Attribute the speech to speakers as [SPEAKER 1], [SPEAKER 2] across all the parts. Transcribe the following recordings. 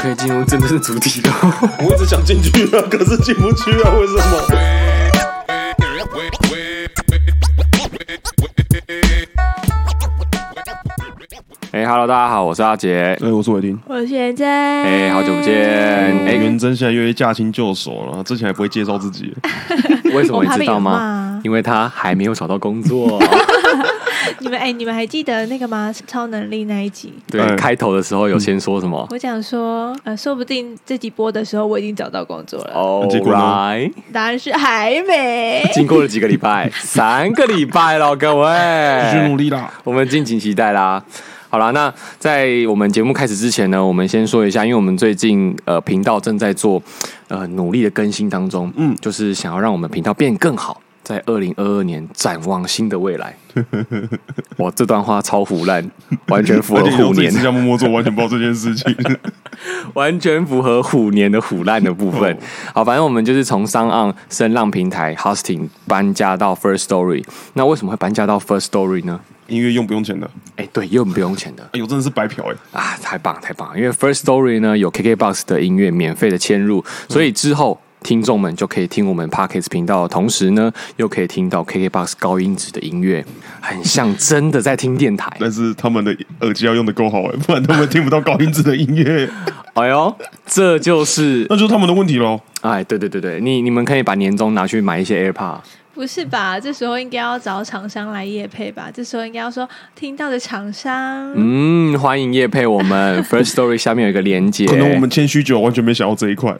[SPEAKER 1] 可以进入真正的主题了。
[SPEAKER 2] 我一直想进去啊，可是进不去啊，为什么？
[SPEAKER 1] 哎、h e l l o 大家好，我是阿 杰。
[SPEAKER 2] 哎，我是伟霆。
[SPEAKER 3] 我是元真，
[SPEAKER 1] 哎、
[SPEAKER 3] 哎
[SPEAKER 1] 好久不见。。
[SPEAKER 3] 嗯
[SPEAKER 1] 哎、
[SPEAKER 2] 元真现在越驾轻就熟了，之前还不会介绍自己。
[SPEAKER 1] 为什么
[SPEAKER 3] 我
[SPEAKER 1] 你
[SPEAKER 3] 怕被
[SPEAKER 1] 知道
[SPEAKER 3] 人
[SPEAKER 1] 吗
[SPEAKER 3] 骂？
[SPEAKER 1] 因为他还没有找到工 作。
[SPEAKER 3] 你们哎、你们还记得那个吗？超能力那一集，
[SPEAKER 1] 对，
[SPEAKER 2] 哎
[SPEAKER 1] 开头的时候有先说什么
[SPEAKER 3] 我讲说，呃，说不定这集播的时候我已经找到工作了。
[SPEAKER 1] ？All
[SPEAKER 2] 结果呢
[SPEAKER 1] right，
[SPEAKER 3] 答案是还没。
[SPEAKER 1] 经过了几个礼拜，三个礼拜了，各
[SPEAKER 2] 继续努
[SPEAKER 1] 位，
[SPEAKER 2] 力啦！
[SPEAKER 1] 我们敬请期待啦。好啦，那在我们节目开始之前呢，我们先说一下，因为我们最近呃频道正在做呃努力的更新当中，嗯，就是想要让我们频道变更好，在二零二二年展望新的未 来。我这段话超胡 烂，完全符合
[SPEAKER 2] 而且
[SPEAKER 1] 虎
[SPEAKER 2] 你
[SPEAKER 1] 年
[SPEAKER 2] 私。下默默做，完全不知道这件事 情。
[SPEAKER 1] 完全符合虎年的虎烂的部分。好，反正我们就是从商岸声浪平台 hosting 搬家到 First Story。那为什么会搬家到 First Story 呢？
[SPEAKER 2] 音乐用不用钱的？
[SPEAKER 1] 哎、对，又不用钱的
[SPEAKER 2] 哎呦，真的是白嫖哎！
[SPEAKER 1] 啊，太棒了太棒了！因为 First Story 呢有 KKBox 的音乐免费的嵌入，所以之后。听众们就可以听我们 Pockets 频道，的同时呢，又可以听到 KKBox 高音质的音乐，很像真的在听电台。
[SPEAKER 2] 但是他们的耳机要用的够好哎，不然他们听不到高音质的音乐，
[SPEAKER 1] 哎呦，这就是
[SPEAKER 2] 那就是他们的问题喽。
[SPEAKER 1] 哎，对对对对，你你们可以把年终拿去买一些 AirPod。
[SPEAKER 3] 不是吧？这时候应该要找厂商来夜配吧？这时候应该要说听到的厂商，
[SPEAKER 1] 嗯，欢迎叶配我 们 First Story 下面有一个连接，
[SPEAKER 2] 可能我们谦虚久，完全没想到这一块。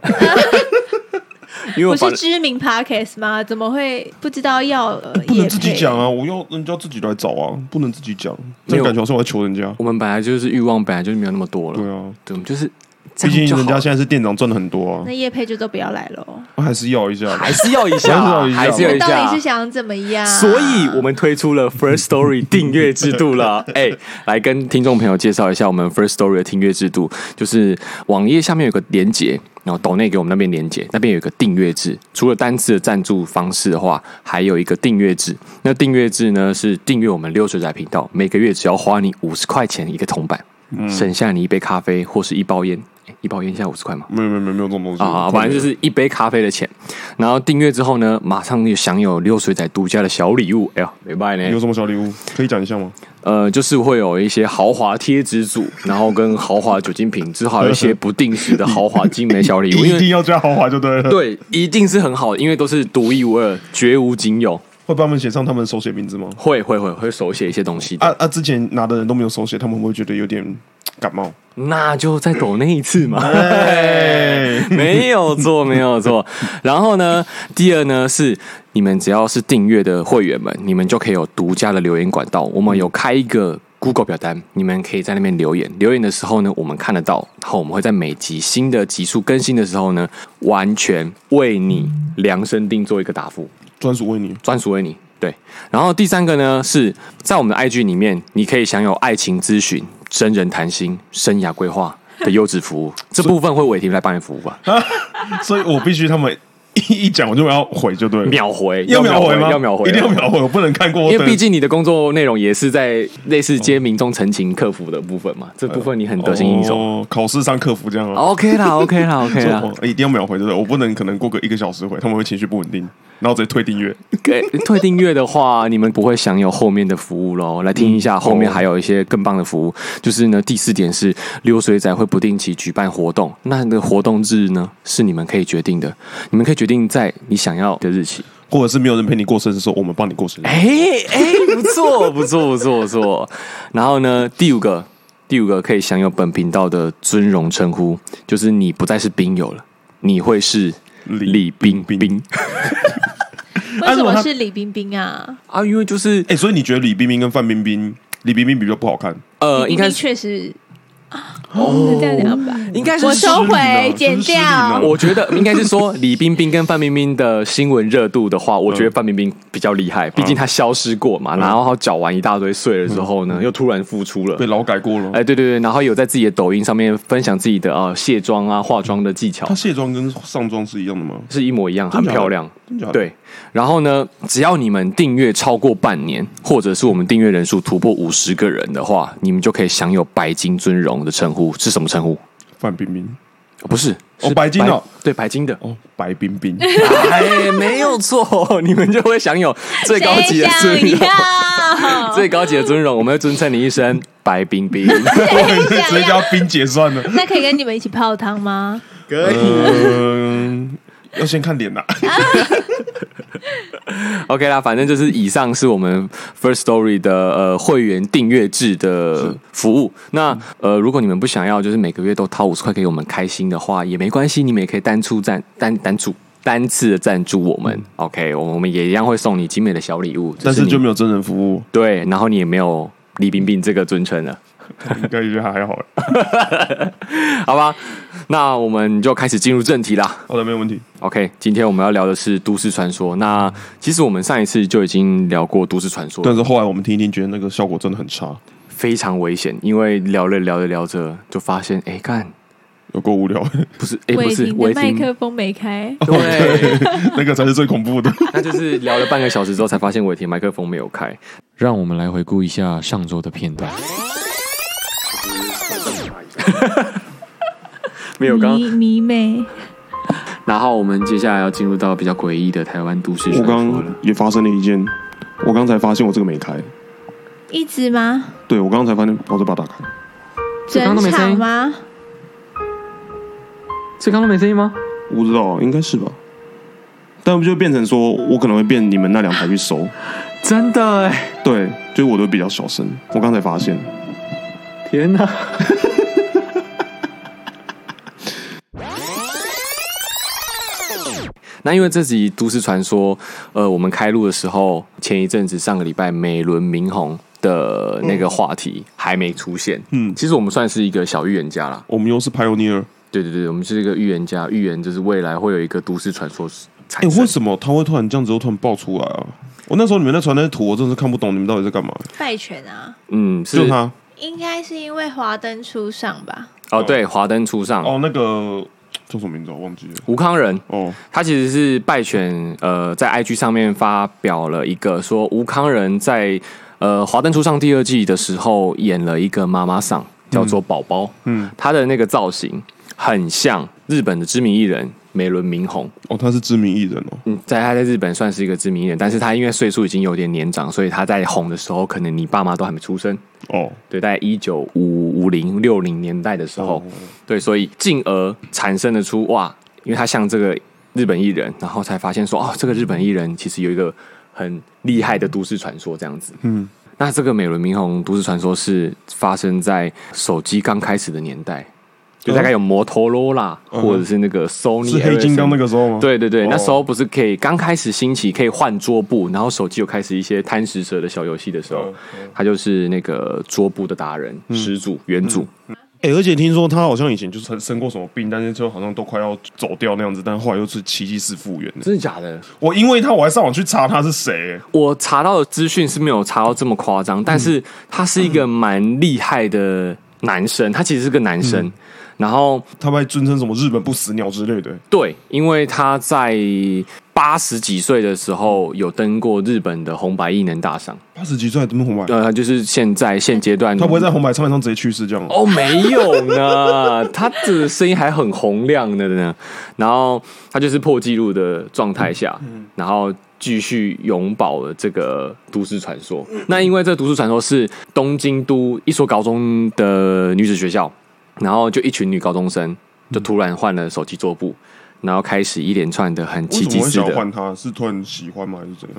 [SPEAKER 1] 因为我
[SPEAKER 3] 不
[SPEAKER 1] 把
[SPEAKER 3] 是知名 podcast 吗？怎么会不知道要、呃、
[SPEAKER 2] 不
[SPEAKER 3] 夜
[SPEAKER 2] 能
[SPEAKER 3] 配？
[SPEAKER 2] 自己讲啊，我要人家自己来找啊，不能自己讲，这样感觉好像我在求人家。
[SPEAKER 1] 我们本来就是欲望本来就没有那么多了，
[SPEAKER 2] 对啊，
[SPEAKER 1] 对，我们就是
[SPEAKER 2] 毕竟人家
[SPEAKER 1] 现
[SPEAKER 2] 现在是店长，赚的很多啊
[SPEAKER 3] 那，夜配就都不要来喽。
[SPEAKER 2] 还是要一下吧。
[SPEAKER 1] 还是要一下啦，还
[SPEAKER 2] 还
[SPEAKER 1] 是
[SPEAKER 2] 是
[SPEAKER 1] 要
[SPEAKER 2] 要
[SPEAKER 1] 一
[SPEAKER 3] 到底
[SPEAKER 1] 下
[SPEAKER 3] 是。想怎么样？
[SPEAKER 1] 所以我们推出了 First Story 订阅制度了。哎、来跟听众朋友介绍一下我们 First Story 的订阅制度，就是网页下面有个连接，然后抖内给我们那边连接，那边有一个订阅制。除了单次的赞助方式的话，还有一个订阅制。那订阅制呢是订阅我们溜水仔频道，每个月只要花你五十块钱一个铜板，省下你一杯咖啡或是一包烟。哎一包烟现在五十块吗？
[SPEAKER 2] 没有没有没有没有这种东西
[SPEAKER 1] 啊，反正就是一杯咖啡的钱。然后订阅之后呢，马上就享有流水仔独家的小礼物。哎呀，没办
[SPEAKER 2] 你有
[SPEAKER 1] 呢，
[SPEAKER 2] 什么小礼物可以讲一下吗？
[SPEAKER 1] 呃，就是会有一些豪华贴纸组，然后跟豪华酒精瓶，之后还有一些不定时的豪华精美小礼 物，因
[SPEAKER 2] 一定
[SPEAKER 1] 为。
[SPEAKER 2] 要加豪华就对了，，
[SPEAKER 1] 对，一定是很好的，因为都是独一无二、绝无仅有。
[SPEAKER 2] 会帮他们写上他们手写名字吗？
[SPEAKER 1] 会会会会手写一些东西的，
[SPEAKER 2] 啊啊！之前拿的人都没有手写，他们会不会觉得有点感冒。
[SPEAKER 1] 那就再抖那一次嘛。
[SPEAKER 2] 哎，
[SPEAKER 1] 没有错，没有错。然后呢，第二呢是你们只要是订阅的会员们，你们就可以有独家的留言管道。我们有开一个 Google 表单，你们可以在那边留言。留言的时候呢，我们看得到，然后我们会在每集新的集数更新的时候呢，完全为你量身定做一个答复。
[SPEAKER 2] 专属为你，
[SPEAKER 1] 专属为你。对，然后第三个呢是在我们的 IG 里面，你可以享有爱情咨询、真人谈心、生涯规划的优质服务。这部分会伟霆来帮你服务吧？
[SPEAKER 2] 所以我必须他们一一讲我就要回就对了，
[SPEAKER 1] 秒回
[SPEAKER 2] 要秒回
[SPEAKER 1] 回
[SPEAKER 2] 吗？
[SPEAKER 1] 要秒回，啊
[SPEAKER 2] 一定要。秒回，我不能看过。我
[SPEAKER 1] 因为
[SPEAKER 2] 等
[SPEAKER 1] 毕竟你的工作内容也是在类似接民众陈情客服的部分嘛，这部分你很得心应手。
[SPEAKER 2] 呃哦，考试上客服这样啊。
[SPEAKER 1] OK 啦，OK 啦，OK
[SPEAKER 2] 说
[SPEAKER 1] 啦，
[SPEAKER 2] 哦一定要秒回，对不对？我不能可能过个一个小时回，他们会情绪不稳定，然后直接退订阅。
[SPEAKER 1] 给退订阅的话，你们不会享有后面的服务喽。来听一下，后面还有一些更棒的服务。就是呢，第四点是溜水仔会不定期举办活动，那那个活动日呢是你们可以决定的，你们可以决定在你想要的日期。
[SPEAKER 2] 或者是没有人陪你过生日的时候，我们帮你过生日。
[SPEAKER 1] 哎哎，不错不错不错不错。然后呢，第五个第五个可以享有本频道的尊荣称呼，就是你不再是兵友了，你会是
[SPEAKER 2] 李
[SPEAKER 1] 李冰
[SPEAKER 2] 冰
[SPEAKER 1] 冰
[SPEAKER 3] 为什
[SPEAKER 2] 如果他
[SPEAKER 3] 么是李冰冰啊？
[SPEAKER 1] 啊，因为就是
[SPEAKER 2] 哎、所以你觉得李冰冰跟范冰冰，李冰冰比较不好看？
[SPEAKER 1] 呃，
[SPEAKER 3] 李
[SPEAKER 1] 应
[SPEAKER 3] 冰
[SPEAKER 1] 该
[SPEAKER 3] 冰
[SPEAKER 1] 是
[SPEAKER 3] 确实哦，是这样讲吧？
[SPEAKER 1] 应该是
[SPEAKER 3] 我收
[SPEAKER 2] 失礼
[SPEAKER 3] 回
[SPEAKER 2] 呢，这
[SPEAKER 3] 剪
[SPEAKER 2] 是失礼呢
[SPEAKER 3] 掉。
[SPEAKER 1] 我觉得应该是说李冰冰跟范冰冰的新闻热度的话，我觉得范冰冰比较厉害，毕竟她消失过嘛，然后她缴完一大堆税了之后呢，又突然复出了
[SPEAKER 2] 被。劳改过了。
[SPEAKER 1] 哎，对对对，然后有在自己的抖音上面分享自己的啊卸妆啊化妆的技巧
[SPEAKER 2] 她，卸妆跟上妆是一样的吗？嗯
[SPEAKER 1] 是一模一样，很
[SPEAKER 2] 真假的
[SPEAKER 1] 漂亮。
[SPEAKER 2] 真假的？
[SPEAKER 1] 对，然后呢，只要你们订阅超过半年，或者是我们订阅人数突破五十个人的话，你们就可以享有白金尊荣的称呼。是什么称呼？
[SPEAKER 2] 范冰冰
[SPEAKER 1] 不是，
[SPEAKER 2] 哦
[SPEAKER 1] 是
[SPEAKER 2] 白金哦，。
[SPEAKER 1] 对，白金的
[SPEAKER 2] 哦，白冰冰，
[SPEAKER 1] 哎，没有错，你们就会享有最高级的尊
[SPEAKER 3] 谁
[SPEAKER 1] 荣，
[SPEAKER 3] 想 要？
[SPEAKER 1] 最高级的尊荣，我们会尊称你一声白冰冰。
[SPEAKER 2] 直接叫冰姐算了。
[SPEAKER 3] 那可以跟你们一起泡汤吗？
[SPEAKER 4] 可以。
[SPEAKER 2] 嗯，要先看脸呐。
[SPEAKER 1] OK 啦，反正就是以上是我们 First Story 的呃会员订阅制的服务。那呃，如果你们不想要就是每个月都掏五十块给我们开心的话，也没关系，你们也可以单出赞单单出。单次的赞助我们、o k 我们也一样会送你精美的小礼物，
[SPEAKER 2] 嗯 但是
[SPEAKER 1] 你
[SPEAKER 2] 就没有真人服务，
[SPEAKER 1] 对，然后你也没有李冰冰这个尊称了，
[SPEAKER 2] 应该也还好。
[SPEAKER 1] 好吧？那我们就开始进入正题啦。
[SPEAKER 2] 好的，没有 问题。
[SPEAKER 1] OK，今天我们要聊的是都市传说。那其实我们上一次就已经聊过都市传说了，
[SPEAKER 2] 但是后来我们听一听，觉得那个效果真的很差，
[SPEAKER 1] 非常危险，因为聊着聊着聊着就发现，哎、看
[SPEAKER 2] 有够无聊。
[SPEAKER 1] 不是，哎、不
[SPEAKER 3] 伟
[SPEAKER 1] 是哦
[SPEAKER 3] 霆
[SPEAKER 1] 违
[SPEAKER 3] 的麦
[SPEAKER 1] 停，
[SPEAKER 3] 克风没开，
[SPEAKER 1] 对，
[SPEAKER 2] 那个才是最恐怖的。
[SPEAKER 1] 那就是聊了半个小时之后才发现违停麦克风没有开。让我们来回顾一下上周的片段。 没有刚，
[SPEAKER 3] 迷迷妹，
[SPEAKER 1] 然后我们接下来要进入到比较诡异的台湾都市
[SPEAKER 2] 我
[SPEAKER 1] 传
[SPEAKER 2] 刚
[SPEAKER 1] 说
[SPEAKER 2] 刚
[SPEAKER 1] 了。
[SPEAKER 2] 也发生了一件，我刚才发现我这个没开，
[SPEAKER 3] 一直吗？
[SPEAKER 2] 对我刚才发现我就把它打开，
[SPEAKER 1] 这刚
[SPEAKER 3] 整
[SPEAKER 1] 都没声
[SPEAKER 3] 场
[SPEAKER 1] 音
[SPEAKER 3] 吗？
[SPEAKER 1] 这刚刚没声音吗？
[SPEAKER 2] 我不知道应该是吧。但不就变成说我可能会变你们那两台去 收，
[SPEAKER 1] 真的哎、
[SPEAKER 2] 对，就是我都比较小声。我刚才发现，
[SPEAKER 1] 天哪！ 那因为这集都市传说，呃，我们开录的时候，前一阵子上个礼拜美轮明宏的那个话题还没出现，嗯，
[SPEAKER 2] 嗯
[SPEAKER 1] 其实我们算是一个小预言家啦，
[SPEAKER 2] 我们又是 pioneer，
[SPEAKER 1] 对对对，我们是一个预言家，预言就是未来会有一个都市传说
[SPEAKER 2] 哎、
[SPEAKER 1] 产生。
[SPEAKER 2] 为什么他会突然这样子又突然爆出来啊？我那时候你们在传那些图，我真的是看不懂你们到底在干嘛。
[SPEAKER 3] 拜犬啊，
[SPEAKER 1] 嗯，是
[SPEAKER 2] 就他
[SPEAKER 3] 应该是因为华灯初上吧？
[SPEAKER 1] 哦，对，华灯初上，
[SPEAKER 2] 哦，那个叫什么名字啊我忘记了。
[SPEAKER 1] 吴康仁，
[SPEAKER 2] 哦，
[SPEAKER 1] 他其实是拜犬，呃，在 IG 上面发表了一个说吴康仁在呃《华灯初上》第二季的时候演了一个妈妈桑，叫做宝宝，
[SPEAKER 2] 嗯，
[SPEAKER 1] 他的那个造型很像日本的知名艺人美轮明宏，
[SPEAKER 2] 哦，他是知名艺人哦。
[SPEAKER 1] 嗯，在他在日本算是一个知名艺人，但是他因为岁数已经有点年长，所以他在红的时候，可能你爸妈都还没出生，
[SPEAKER 2] 哦，
[SPEAKER 1] 对，在一九五五零六零年代的时
[SPEAKER 2] 哦
[SPEAKER 1] 候，对，所以进而产生了出哇，因为他像这个日本艺人，然后才发现说哦，这个日本艺人其实有一个很厉害的都市传说这样子。
[SPEAKER 2] 嗯，
[SPEAKER 1] 那这个美轮明宏都市传说是发生在手机刚开始的年代，就大概有摩托罗拉
[SPEAKER 2] 哦嗯哼
[SPEAKER 1] 或者是那个 Sony
[SPEAKER 2] 是黑金刚
[SPEAKER 1] Ericsson
[SPEAKER 2] 那个时候吗？，
[SPEAKER 1] 对对对，
[SPEAKER 2] 哦
[SPEAKER 1] 那时候不是可以刚开始兴起可以换桌布，然后手机有开始一些贪食蛇的小游戏的时候
[SPEAKER 2] 嗯，
[SPEAKER 1] 他就是那个桌布的达人、始祖、原主。
[SPEAKER 2] 哎、而且听说他好像以前就是生生过什么病，但是就好像都快要走掉那样子，但后来又是奇迹式复原的。
[SPEAKER 1] 真的假的？
[SPEAKER 2] 我因为他我还上网去查他是谁、欸
[SPEAKER 1] 我查到的资讯是没有查到这么夸张，但
[SPEAKER 2] 嗯
[SPEAKER 1] 是他是一个蛮厉害的男生，他其实是个男
[SPEAKER 2] 嗯
[SPEAKER 1] 生。然后
[SPEAKER 2] 他们还尊称什么日本不死鸟之类的、欸
[SPEAKER 1] 对，因为他在八十几岁的时候有登过日本的红白艺能大赏，
[SPEAKER 2] 八十几岁还登红白，
[SPEAKER 1] 呃，就是现在现阶段
[SPEAKER 2] 他不会在红白唱片上直接去世这样吗？
[SPEAKER 1] 哦，没有呢，他的声音还很洪亮的呢。然后他就是破纪录的状态下，
[SPEAKER 2] 嗯
[SPEAKER 1] 然后继续永葆了这个都市传说。那因为这个都市传说是东京都一所高中的女子学校，然后就一群女高中生就突然换了手机桌布。然后开始一连串的很
[SPEAKER 2] 为
[SPEAKER 1] 奇
[SPEAKER 2] 什
[SPEAKER 1] 迹
[SPEAKER 2] 么会
[SPEAKER 1] 式
[SPEAKER 2] 想要
[SPEAKER 1] 的，
[SPEAKER 2] 换他？是突然喜欢吗？还是怎样？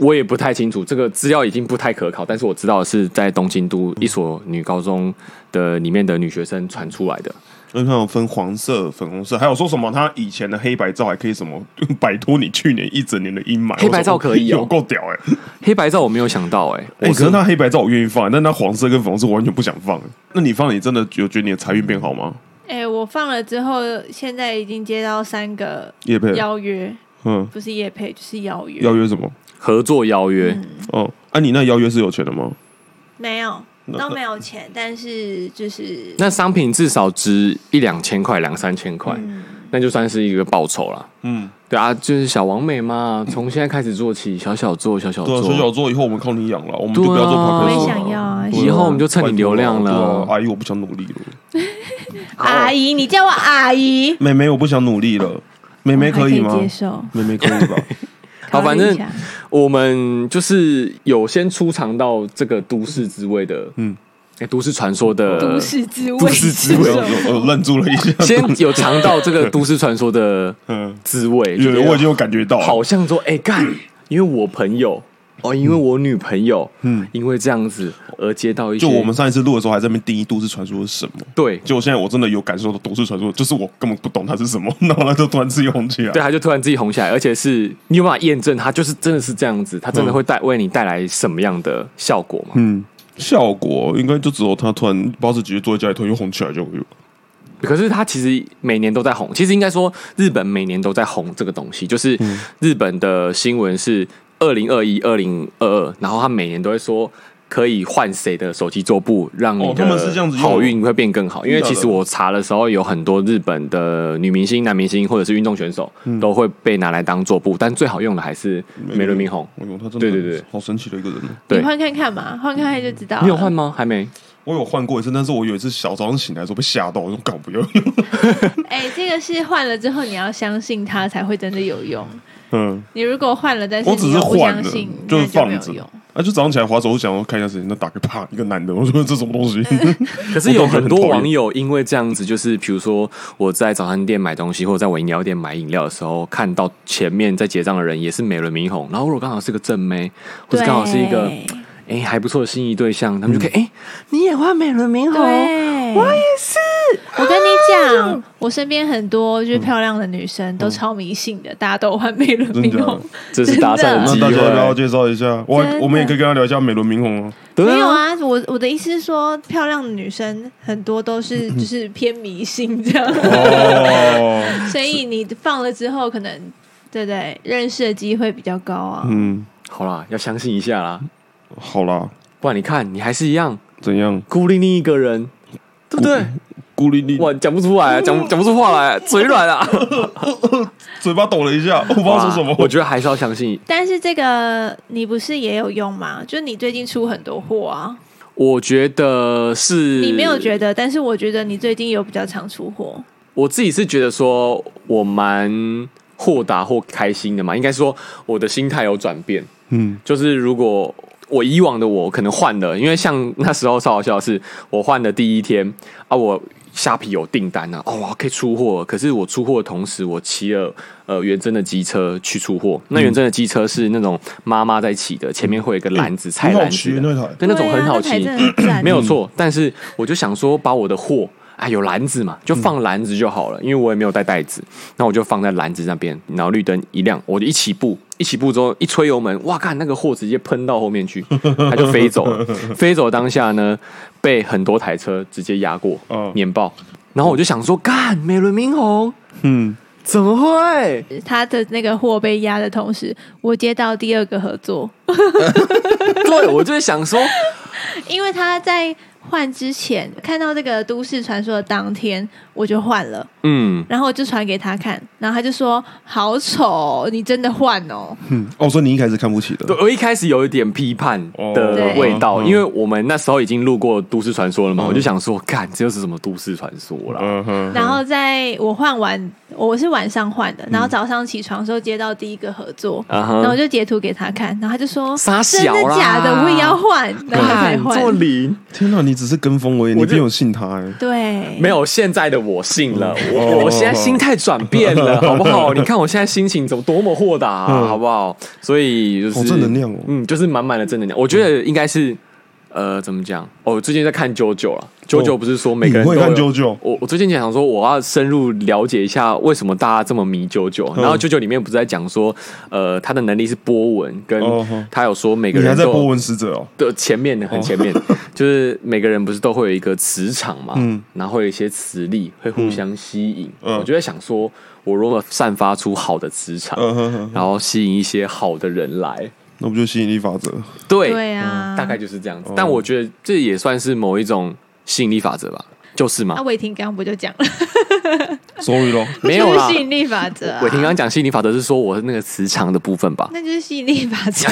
[SPEAKER 1] 我也不太清楚，这个资料已经不太可靠，但是我知道是在东京都一所女高中的里面的女学生传出来的。
[SPEAKER 2] 因为它有分黄色、粉红色，还有说什么他以前的黑白照还可以什么摆脱你去年一整年的阴霾。
[SPEAKER 1] 黑白照
[SPEAKER 2] 我说
[SPEAKER 1] 可以哦
[SPEAKER 2] 有够屌哎、欸！
[SPEAKER 1] 黑白照我没有想到哎、
[SPEAKER 2] 我
[SPEAKER 1] 我
[SPEAKER 2] 可能他黑白照我愿意放，但他黄色跟粉红色我完全不想放。欸那你放，你真的有觉得你的财运变好吗？
[SPEAKER 3] 哎、我放了之后，现在已经接到三个
[SPEAKER 2] 叶佩，
[SPEAKER 3] 邀约，
[SPEAKER 2] 嗯，
[SPEAKER 3] 不是夜配就是邀约，
[SPEAKER 2] 邀约什么？
[SPEAKER 1] 合作邀约，
[SPEAKER 3] 嗯
[SPEAKER 2] 哦，啊，你那邀约是有钱的吗？
[SPEAKER 3] 没有
[SPEAKER 2] 那
[SPEAKER 3] 都没有钱，但是就是
[SPEAKER 1] 那商品至少值一两千块、两三千块，
[SPEAKER 3] 嗯
[SPEAKER 1] 那就算是一个报酬啦。
[SPEAKER 2] 嗯，
[SPEAKER 1] 对啊，就是小王美嘛，从现在开始做起，小小做，小小
[SPEAKER 2] 对啊，
[SPEAKER 1] 做，
[SPEAKER 2] 小小做以后我们靠你养了，我们就
[SPEAKER 1] 对啊
[SPEAKER 2] 不要做
[SPEAKER 1] 我
[SPEAKER 3] 我也
[SPEAKER 1] 哎
[SPEAKER 2] podcast
[SPEAKER 3] 想
[SPEAKER 2] 了。
[SPEAKER 3] 要啊，
[SPEAKER 2] 对啊
[SPEAKER 1] 以后我们就蹭你流量了
[SPEAKER 2] 拜托啊对啊阿姨，我不想努力了。
[SPEAKER 3] 阿姨，你叫我阿姨，
[SPEAKER 2] 妹妹，我不想努力
[SPEAKER 1] 哦
[SPEAKER 2] 了，妹妹可以
[SPEAKER 3] 我
[SPEAKER 2] 吗哦
[SPEAKER 3] 还？接受。
[SPEAKER 2] 妹妹可以 吧？
[SPEAKER 1] 好
[SPEAKER 3] 考虑一下
[SPEAKER 1] 反我们就是有先出尝到这个都市滋味的，嗯
[SPEAKER 2] 嗯，
[SPEAKER 1] 哎，都市传说的
[SPEAKER 2] 呃
[SPEAKER 3] 都市滋味，
[SPEAKER 1] 都市滋味
[SPEAKER 2] 我
[SPEAKER 3] 是什么
[SPEAKER 2] 有我愣住了 一下，
[SPEAKER 1] 先有尝到这 个都市传说的
[SPEAKER 2] 嗯，
[SPEAKER 1] 滋味，
[SPEAKER 2] 有
[SPEAKER 1] 就觉得
[SPEAKER 2] 我已经有感觉到了，
[SPEAKER 1] 好像说，哎、干，因为我朋友哦，因为我女朋友，嗯
[SPEAKER 2] 嗯，
[SPEAKER 1] 因为这样子而接到一些，
[SPEAKER 2] 就我们上一次录的时候还在那边定义都市传说是什么，
[SPEAKER 1] 对
[SPEAKER 2] 结果现在我真的有感受到都市传说，就是我根本不懂它是什么， 然后它就突然自己红起来
[SPEAKER 1] 对，。啊他就突然自己红起来，而且是你有办法验证他就是真的是这样子，他真的会带、为你带来什么样的效果吗？
[SPEAKER 2] 嗯，效果应该就只有他突然不知道是直接坐在家里突然又红起来就有。
[SPEAKER 1] 可是他其实每年都在红，其实应该说日本每年都在红这个东西，就是
[SPEAKER 2] 嗯
[SPEAKER 1] 日本的新闻是二零二一、二零二二，然后他每年都会说。可以换谁的手机桌布，让你
[SPEAKER 2] 哦他们是这样
[SPEAKER 1] 的
[SPEAKER 2] 子用的
[SPEAKER 1] 好运会变更好。因为其实
[SPEAKER 2] 真的
[SPEAKER 1] 我查的时候，有很多日本的女明星、男明星或者是运动选手
[SPEAKER 2] 嗯
[SPEAKER 1] 都会被拿来当桌布，但最好用的还是梅伦明宏。
[SPEAKER 2] 哎呦，他真的
[SPEAKER 1] 对对对
[SPEAKER 2] 好神奇的一个人哦。
[SPEAKER 1] 对
[SPEAKER 3] 你换看看嘛，换看看就知道。
[SPEAKER 1] 你有换？吗？还没。
[SPEAKER 2] 我有换过一次，但是我有一次小早上醒来的时候被吓到，我说搞不用。
[SPEAKER 3] 哎，这个是换了之后，你要相信它才会真的有用。
[SPEAKER 2] 嗯，
[SPEAKER 3] 你如果换了，但 是
[SPEAKER 2] 我只
[SPEAKER 3] 你
[SPEAKER 2] 是
[SPEAKER 3] 又不
[SPEAKER 2] 换
[SPEAKER 3] 相
[SPEAKER 2] 了
[SPEAKER 3] 信，，
[SPEAKER 2] 就是
[SPEAKER 3] 那就没
[SPEAKER 2] 放
[SPEAKER 3] 有
[SPEAKER 2] 着
[SPEAKER 3] 用。。
[SPEAKER 2] 啊，就早上起来划手，我想要看一下时间，那打开啪，一个男的，我说这什么东西？
[SPEAKER 3] 嗯
[SPEAKER 1] 可是有很多
[SPEAKER 2] 我懂得很讨厌
[SPEAKER 1] 网友因为这样子，就是比如说我在早餐店买东西，或者在我饮料店买饮料的时候，看到前面在结账的人也是美轮明宏，然后如果刚好是个正妹，或者
[SPEAKER 3] 对，
[SPEAKER 1] 刚好是一个哎、诶还不错的心仪对象，他们就可以哎、诶你也换美轮明宏，
[SPEAKER 3] 对，我也是。我跟你讲，我身边很多就是漂亮的女生都超迷信的，大家都有换美轮
[SPEAKER 2] 嗯真
[SPEAKER 3] 明
[SPEAKER 2] 的
[SPEAKER 3] 宏
[SPEAKER 2] 啊。
[SPEAKER 1] 这是搭讪的
[SPEAKER 2] 那
[SPEAKER 1] 机
[SPEAKER 2] 大家要不要
[SPEAKER 1] 会。
[SPEAKER 2] 介绍一下？我
[SPEAKER 3] 真的
[SPEAKER 2] 我们也可以跟他聊一下美轮明宏啊。
[SPEAKER 3] 没
[SPEAKER 1] 对
[SPEAKER 3] 有
[SPEAKER 1] 啊，
[SPEAKER 3] 啊，我我的意思是说，漂亮的女生很多 都是就是偏迷信这样，
[SPEAKER 2] 哦，
[SPEAKER 3] 所以你放了之后，可能对不对认识的机会比较高啊。
[SPEAKER 2] 嗯，
[SPEAKER 1] 好啦，要相信一下啦，
[SPEAKER 2] 好啦，
[SPEAKER 1] 不然你看你还是一样
[SPEAKER 2] 怎样？
[SPEAKER 1] 孤零零一个人，对不对？
[SPEAKER 2] 孤零零，
[SPEAKER 1] 哇，讲不出来，啊讲讲不出话来，嘴软 啊！
[SPEAKER 2] 嘴巴抖了一下，我不知道说什么
[SPEAKER 1] 哇。我觉得还是要相信
[SPEAKER 3] 但是这个你不是也有用吗？就是你最近出很多货啊，
[SPEAKER 1] 我觉得是
[SPEAKER 3] 你没有觉得，但是我觉得你最近有比较常出货。
[SPEAKER 1] 我自己是觉得说我蛮豁达或开心的嘛，应该说我的心态有转变。
[SPEAKER 2] 嗯，
[SPEAKER 1] 就是如果我以往的我可能换了，因为像那时候超好笑的是，我换的第一天啊，我虾皮有订单啊，哦，我可以出货了。可是我出货的同时，我骑了呃元真的机车去出货。
[SPEAKER 2] 嗯
[SPEAKER 1] 那元真的机车是那种妈妈在骑的，前面会有一个篮子，菜
[SPEAKER 2] 嗯很好
[SPEAKER 1] 篮
[SPEAKER 2] 骑
[SPEAKER 1] 子的，
[SPEAKER 2] 那台，
[SPEAKER 1] 对，那种
[SPEAKER 3] 对啊
[SPEAKER 1] 很好
[SPEAKER 3] 那台
[SPEAKER 1] 骑，
[SPEAKER 3] 真的很赞
[SPEAKER 1] 没有错，但是我就想说，把我的货，哎，有篮子嘛，就放篮子就好了，因为我也没有带袋子，那我就放在篮子那边，然后绿灯一亮，我就一起步，一起步之后一吹油门，哇，看那个货直接喷到后面去，它就飞走了。飞走当下呢，被很多台车直接压过
[SPEAKER 2] 嗯，
[SPEAKER 1] 碾爆，然后我就想说，干，美轮明宏
[SPEAKER 2] 嗯，
[SPEAKER 1] 怎么会？
[SPEAKER 3] 他的那个货被压的同时，我接到第二个合作，
[SPEAKER 1] 对我就是想说，
[SPEAKER 3] 因为他在换之前看到这个都市传说的当天，我就换了。
[SPEAKER 1] 嗯，
[SPEAKER 3] 然后我就传给他看，然后他就说：“好丑哦，你真的换哦。
[SPEAKER 2] 嗯，哦，所以你一开始看不起的
[SPEAKER 1] 对，，我一开始有一点批判的
[SPEAKER 3] 哦
[SPEAKER 1] 味道，
[SPEAKER 2] 对
[SPEAKER 1] 因为我们那时候已经录过都市传说了嘛，
[SPEAKER 2] 嗯
[SPEAKER 1] 我就想说，干，这又是什么都市传说啦？
[SPEAKER 2] 嗯哼
[SPEAKER 3] 然后在我换完，我是晚上换的，然后早上起床的时候接到第一个合作，
[SPEAKER 1] 啊
[SPEAKER 3] 然后我
[SPEAKER 1] 哈，
[SPEAKER 3] 就截图给他看，然后他就说：“
[SPEAKER 1] 傻
[SPEAKER 3] 真
[SPEAKER 1] 小啦
[SPEAKER 3] 的假的？我也要换。”然后他才
[SPEAKER 1] 干这么
[SPEAKER 3] 换。
[SPEAKER 1] 灵，
[SPEAKER 2] 天哪，你只是跟风而
[SPEAKER 1] 我
[SPEAKER 2] 已，你
[SPEAKER 1] 就
[SPEAKER 2] 并没有信他哎。
[SPEAKER 3] 对，
[SPEAKER 1] 没有现在的我信了，
[SPEAKER 2] 哦
[SPEAKER 1] 我我现在心态转变 了，好不好？你看我现在心情怎么多么豁达啊，好不好？所以就是
[SPEAKER 2] 好正能嗯量哦
[SPEAKER 1] 嗯，就是满满的正能量。我觉得应该是。呃，怎么讲？哦，我最近在看《九九》了，《九九》不是说每个人
[SPEAKER 2] 哦你
[SPEAKER 1] 都
[SPEAKER 2] 会
[SPEAKER 1] 有
[SPEAKER 2] 看啾啾
[SPEAKER 1] 我我最近想说，我要深入了解一下为什么大家这么迷九九。
[SPEAKER 2] 嗯
[SPEAKER 1] 然后九九里面不是在讲说，呃，他的能力是波纹，跟
[SPEAKER 2] 哦哦
[SPEAKER 1] 他有说每个
[SPEAKER 2] 你还
[SPEAKER 1] 人
[SPEAKER 2] 在
[SPEAKER 1] 都
[SPEAKER 2] 波
[SPEAKER 1] 有
[SPEAKER 2] 纹使者哦？
[SPEAKER 1] 的前面很前 面，就是每个人不是都会有一个磁场嘛，
[SPEAKER 2] 嗯
[SPEAKER 1] 然后会有一些磁力会互相吸引。
[SPEAKER 2] 嗯
[SPEAKER 1] 我就在想说，我如果散发出好的磁场，
[SPEAKER 2] 嗯哼哼，
[SPEAKER 1] 然后吸引一些好的人来，
[SPEAKER 2] 那不就吸引力法则？
[SPEAKER 1] 对，
[SPEAKER 3] 对啊，
[SPEAKER 1] 大概就是这样
[SPEAKER 2] 哦
[SPEAKER 1] 子。但我觉得这也算是某一种吸引力法则吧，就是嘛
[SPEAKER 3] 那，魏婷刚刚不就讲了，
[SPEAKER 2] Sorry 咯，
[SPEAKER 1] 没有
[SPEAKER 3] 就是
[SPEAKER 1] 啦
[SPEAKER 3] 吸。引力法则啊
[SPEAKER 1] 伟，霆刚刚讲吸引力法则是说我是那个磁场的部分吧？
[SPEAKER 3] 那就是吸引力法则。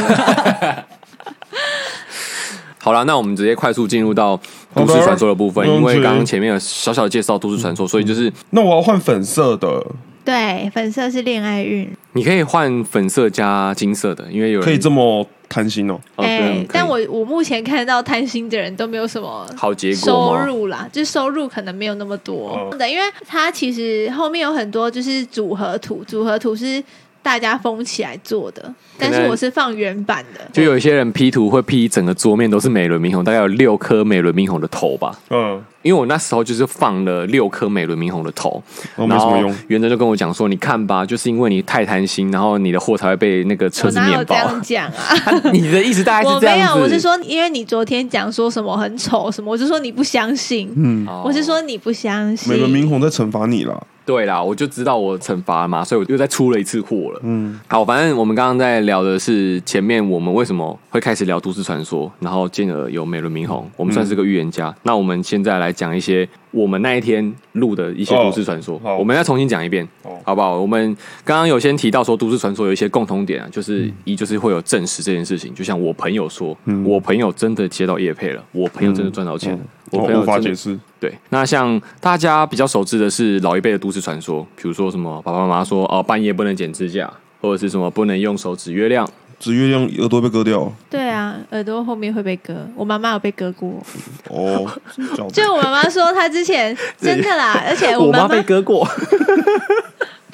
[SPEAKER 1] 好了，那我们直接快速进入到都市传说的部分，
[SPEAKER 2] 好的
[SPEAKER 1] 因为刚刚前面有小小的介绍都市传
[SPEAKER 2] 嗯
[SPEAKER 1] 说，所以就是
[SPEAKER 2] 那我要换粉色的，
[SPEAKER 3] 对，粉色是恋爱运，
[SPEAKER 1] 你可以换粉色加金色的，因为有人
[SPEAKER 2] 可以这么贪心哦。
[SPEAKER 1] 哦对可以
[SPEAKER 3] 哎但我我目前看到贪心的人都没有什么
[SPEAKER 1] 好结果
[SPEAKER 3] 收
[SPEAKER 1] 吗
[SPEAKER 3] 入啦，就是收入可能没有那么多
[SPEAKER 2] 哦
[SPEAKER 3] 的，因为它其实后面有很多就是组合图，组合图是大家封起来做的，
[SPEAKER 1] 可能
[SPEAKER 3] 但是我是放原版的，
[SPEAKER 1] 就有一些人 P 图会 P 整个桌面都是美轮明宏，大概有六颗美轮明宏的头吧。
[SPEAKER 2] 嗯，
[SPEAKER 1] 因为我那时候就是放了六颗美轮明宏的头，
[SPEAKER 2] 哦没
[SPEAKER 1] 然
[SPEAKER 2] 什么
[SPEAKER 1] 后
[SPEAKER 2] 用
[SPEAKER 1] 元真就跟我讲说：“你看吧，就是因为你太贪心，然后你的货才会被那个车
[SPEAKER 3] 我
[SPEAKER 1] 子
[SPEAKER 3] 哪有
[SPEAKER 1] 碾
[SPEAKER 3] 这
[SPEAKER 1] 爆。
[SPEAKER 3] 样 讲啊？
[SPEAKER 1] 你的意思大概
[SPEAKER 3] 我
[SPEAKER 1] 是这样
[SPEAKER 3] 没
[SPEAKER 1] 子？
[SPEAKER 3] 有，我是说，因为你昨天讲说什么很丑什么，我就说你不相信，
[SPEAKER 2] 嗯，
[SPEAKER 1] 哦，
[SPEAKER 3] 我是说你不相信。
[SPEAKER 2] 美轮明宏在惩罚你啦。
[SPEAKER 1] 对啦，我就知道我惩罚嘛，所以我又再出了一次祸了。
[SPEAKER 2] 嗯，
[SPEAKER 1] 好，反正我们刚刚在聊的是前面我们为什么会开始聊都市传说，然后进而有美轮明宏，我们算是个预言
[SPEAKER 2] 嗯
[SPEAKER 1] 家。那我们现在来讲一些我们那一天录的一些都市传说，
[SPEAKER 2] 哦好
[SPEAKER 1] 我们再重新讲一遍，
[SPEAKER 2] 哦
[SPEAKER 1] 好不好？我们刚刚有先提到说都市传说有一些共通点啊，
[SPEAKER 2] 嗯
[SPEAKER 1] 就是一就是会有证实这件事情，就像我朋友说，我朋友真的接到叶配了，我朋友真的赚到钱了。我
[SPEAKER 2] 我
[SPEAKER 1] 朋友
[SPEAKER 2] 哦无法
[SPEAKER 1] 真的
[SPEAKER 2] 解释。
[SPEAKER 1] 对，那像大家比较熟知的是老一辈的都市传说，比如说什么爸爸妈妈说哦半夜不能剪指甲，或者是什么不能用手指月亮，
[SPEAKER 2] 指月亮耳朵被割掉
[SPEAKER 3] 对啊，耳朵后面会被割，我妈妈有被割过。
[SPEAKER 2] 哦，真的假的
[SPEAKER 3] 就我妈妈说，她之前真的啦，而且哎我妈
[SPEAKER 1] 妈
[SPEAKER 3] 妈
[SPEAKER 1] 被，割过，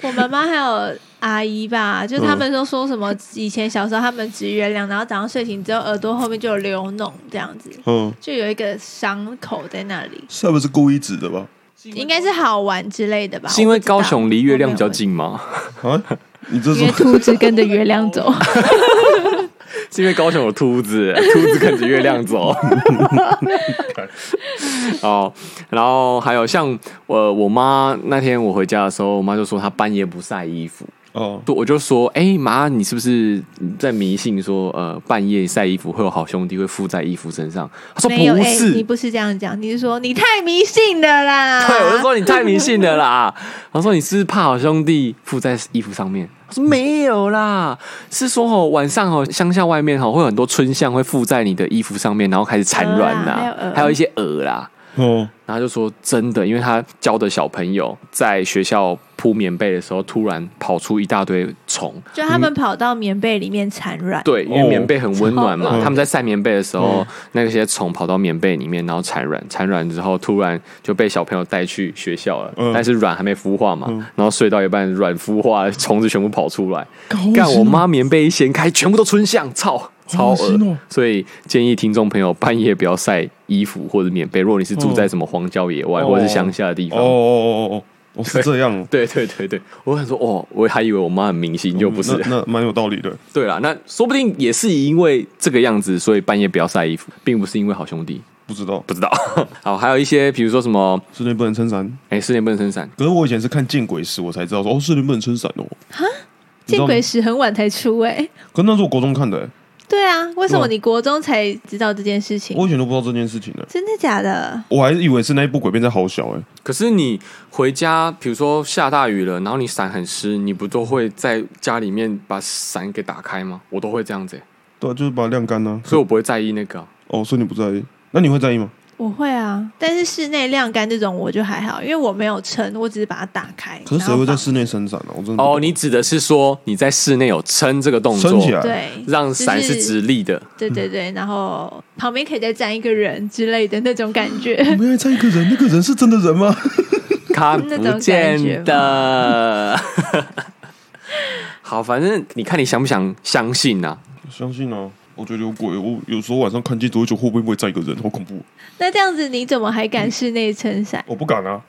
[SPEAKER 3] 我妈妈还有阿姨
[SPEAKER 1] 嗯
[SPEAKER 3] 吧，就他们都说什么以前小时候他们指月亮，然后早上睡醒之后耳朵后面就有流脓这样子，
[SPEAKER 2] 嗯，
[SPEAKER 3] 就有一个伤口在那里，
[SPEAKER 2] 是不是故意指的吧？
[SPEAKER 3] 应该是好玩之类的吧？
[SPEAKER 1] 是因为高雄离月亮比较
[SPEAKER 3] 我不知
[SPEAKER 1] 近吗？
[SPEAKER 2] 啊，你这
[SPEAKER 3] 道，
[SPEAKER 2] 是
[SPEAKER 3] 因为兔子跟着月亮走。
[SPEAKER 1] 是因为高雄有秃子， 秃子跟着月亮走。 哦，然后还有像呃，我妈那天我回家的时候，我妈就说她半夜不晒衣服，
[SPEAKER 2] 哦，
[SPEAKER 1] 我就说，哎、妈，你是不是在迷信说，呃，半夜晒衣服会有好兄弟会附在衣服身上？他说
[SPEAKER 3] 没有，
[SPEAKER 1] 哦不
[SPEAKER 3] 哎、
[SPEAKER 1] 是，
[SPEAKER 3] 你不是这样讲，你是说你太迷信了啦。
[SPEAKER 1] 对，我就说你太迷信了啦。 他说你是不是怕好兄弟附在衣服上面？他说没有啦，是说哦，晚上哦，乡下外面哦，会有很多春象会附在你的衣服上面，然后开始产卵
[SPEAKER 3] 鹅啊还有
[SPEAKER 1] 啦，
[SPEAKER 3] 鹅
[SPEAKER 1] 还有一些蛾啦。
[SPEAKER 2] 哦，
[SPEAKER 1] 然后他就说真的，因为他教的小朋友在学校铺棉被的时候，突然跑出一大堆虫，
[SPEAKER 3] 就他们跑到棉被里面产卵。
[SPEAKER 1] 对，因为
[SPEAKER 2] 哦嗯
[SPEAKER 1] 棉被很温暖嘛，
[SPEAKER 2] 超恶
[SPEAKER 1] 他们在晒棉被的时候，那些虫跑到棉被里面，然后产卵，产卵之后突然就被小朋友带去学校了，
[SPEAKER 2] 嗯
[SPEAKER 1] 但是卵还没孵化嘛，
[SPEAKER 2] 嗯
[SPEAKER 1] 然后睡到一半，卵孵化，虫子全部跑出来，干
[SPEAKER 2] 干
[SPEAKER 1] 我妈棉被一掀开，全部都春象，操！超
[SPEAKER 2] 恶
[SPEAKER 1] 恶
[SPEAKER 2] 心哦
[SPEAKER 1] 所以建议听众朋友半夜不要晒衣服或者棉被。如果你是住在什么荒郊野外、
[SPEAKER 2] 嗯哦
[SPEAKER 1] 或者是乡下的地
[SPEAKER 2] 哦
[SPEAKER 1] 方，
[SPEAKER 2] 哦哦哦，哦是这样哦，
[SPEAKER 1] 对对对对，我想说哦，我还以为我妈很迷信，就不是。
[SPEAKER 2] 嗯那那蛮有道理的。
[SPEAKER 1] 对啦，那说不定也是因为这个样子，所以半夜不要晒衣服，并不是因为好兄弟。
[SPEAKER 2] 不知道
[SPEAKER 1] 不知道， 好，还有一些比如说什么，
[SPEAKER 2] 室内不能撑伞，
[SPEAKER 1] 哎、室内不能撑伞，
[SPEAKER 2] 可是我以前是看《见鬼时》我才知道说哦，室内不能撑伞哦。你知
[SPEAKER 3] 见
[SPEAKER 2] 道吗
[SPEAKER 3] 鬼时很晚才出哎、
[SPEAKER 2] 可那是我国中看的欸，
[SPEAKER 3] 对啊，为什
[SPEAKER 2] 对
[SPEAKER 3] 么
[SPEAKER 2] 啊
[SPEAKER 3] 你国中才知道这件事情？
[SPEAKER 2] 我以前都不知道这件事情的，
[SPEAKER 3] 真的假的？
[SPEAKER 2] 我还以为是那一部鬼片在好小哎。
[SPEAKER 1] 可是你回家，比如说下大雨了，然后你伞很湿，你不都会在家里面把伞给打开吗？我都会这样子、欸
[SPEAKER 2] 对啊，就是把它晾干呐。
[SPEAKER 1] 所以我不会在意那个啊、
[SPEAKER 2] 哦，所以你不在意，那你会在意吗？
[SPEAKER 3] 我会啊，但是室内晾干这种我就还好，因为我没有撑，我只是把它打开。
[SPEAKER 2] 可是谁
[SPEAKER 3] 然后
[SPEAKER 2] 会在
[SPEAKER 3] 放
[SPEAKER 2] 室内撑伞呢？我真的不
[SPEAKER 1] 哦，
[SPEAKER 2] 懂
[SPEAKER 1] 你指的是说你在室内有撑这个动作，
[SPEAKER 2] 撑起来，
[SPEAKER 3] 对
[SPEAKER 1] 让伞
[SPEAKER 3] 就是
[SPEAKER 1] 直立的。
[SPEAKER 3] 对对啊对，然后旁边可以再站一个人之类的那种感觉。
[SPEAKER 2] 我们要在一个人，那 个人是真的人吗？
[SPEAKER 1] 看
[SPEAKER 3] 那
[SPEAKER 1] 不
[SPEAKER 3] 种感觉
[SPEAKER 1] 见的。 好，反正你看你想不想相信啊？
[SPEAKER 2] 相信啊，我觉得有鬼。我有时候晚上看镜子，我就会不会在一个人，好恐怖！
[SPEAKER 3] 那这样子你怎么还敢室内撑伞？
[SPEAKER 2] 我不敢啊，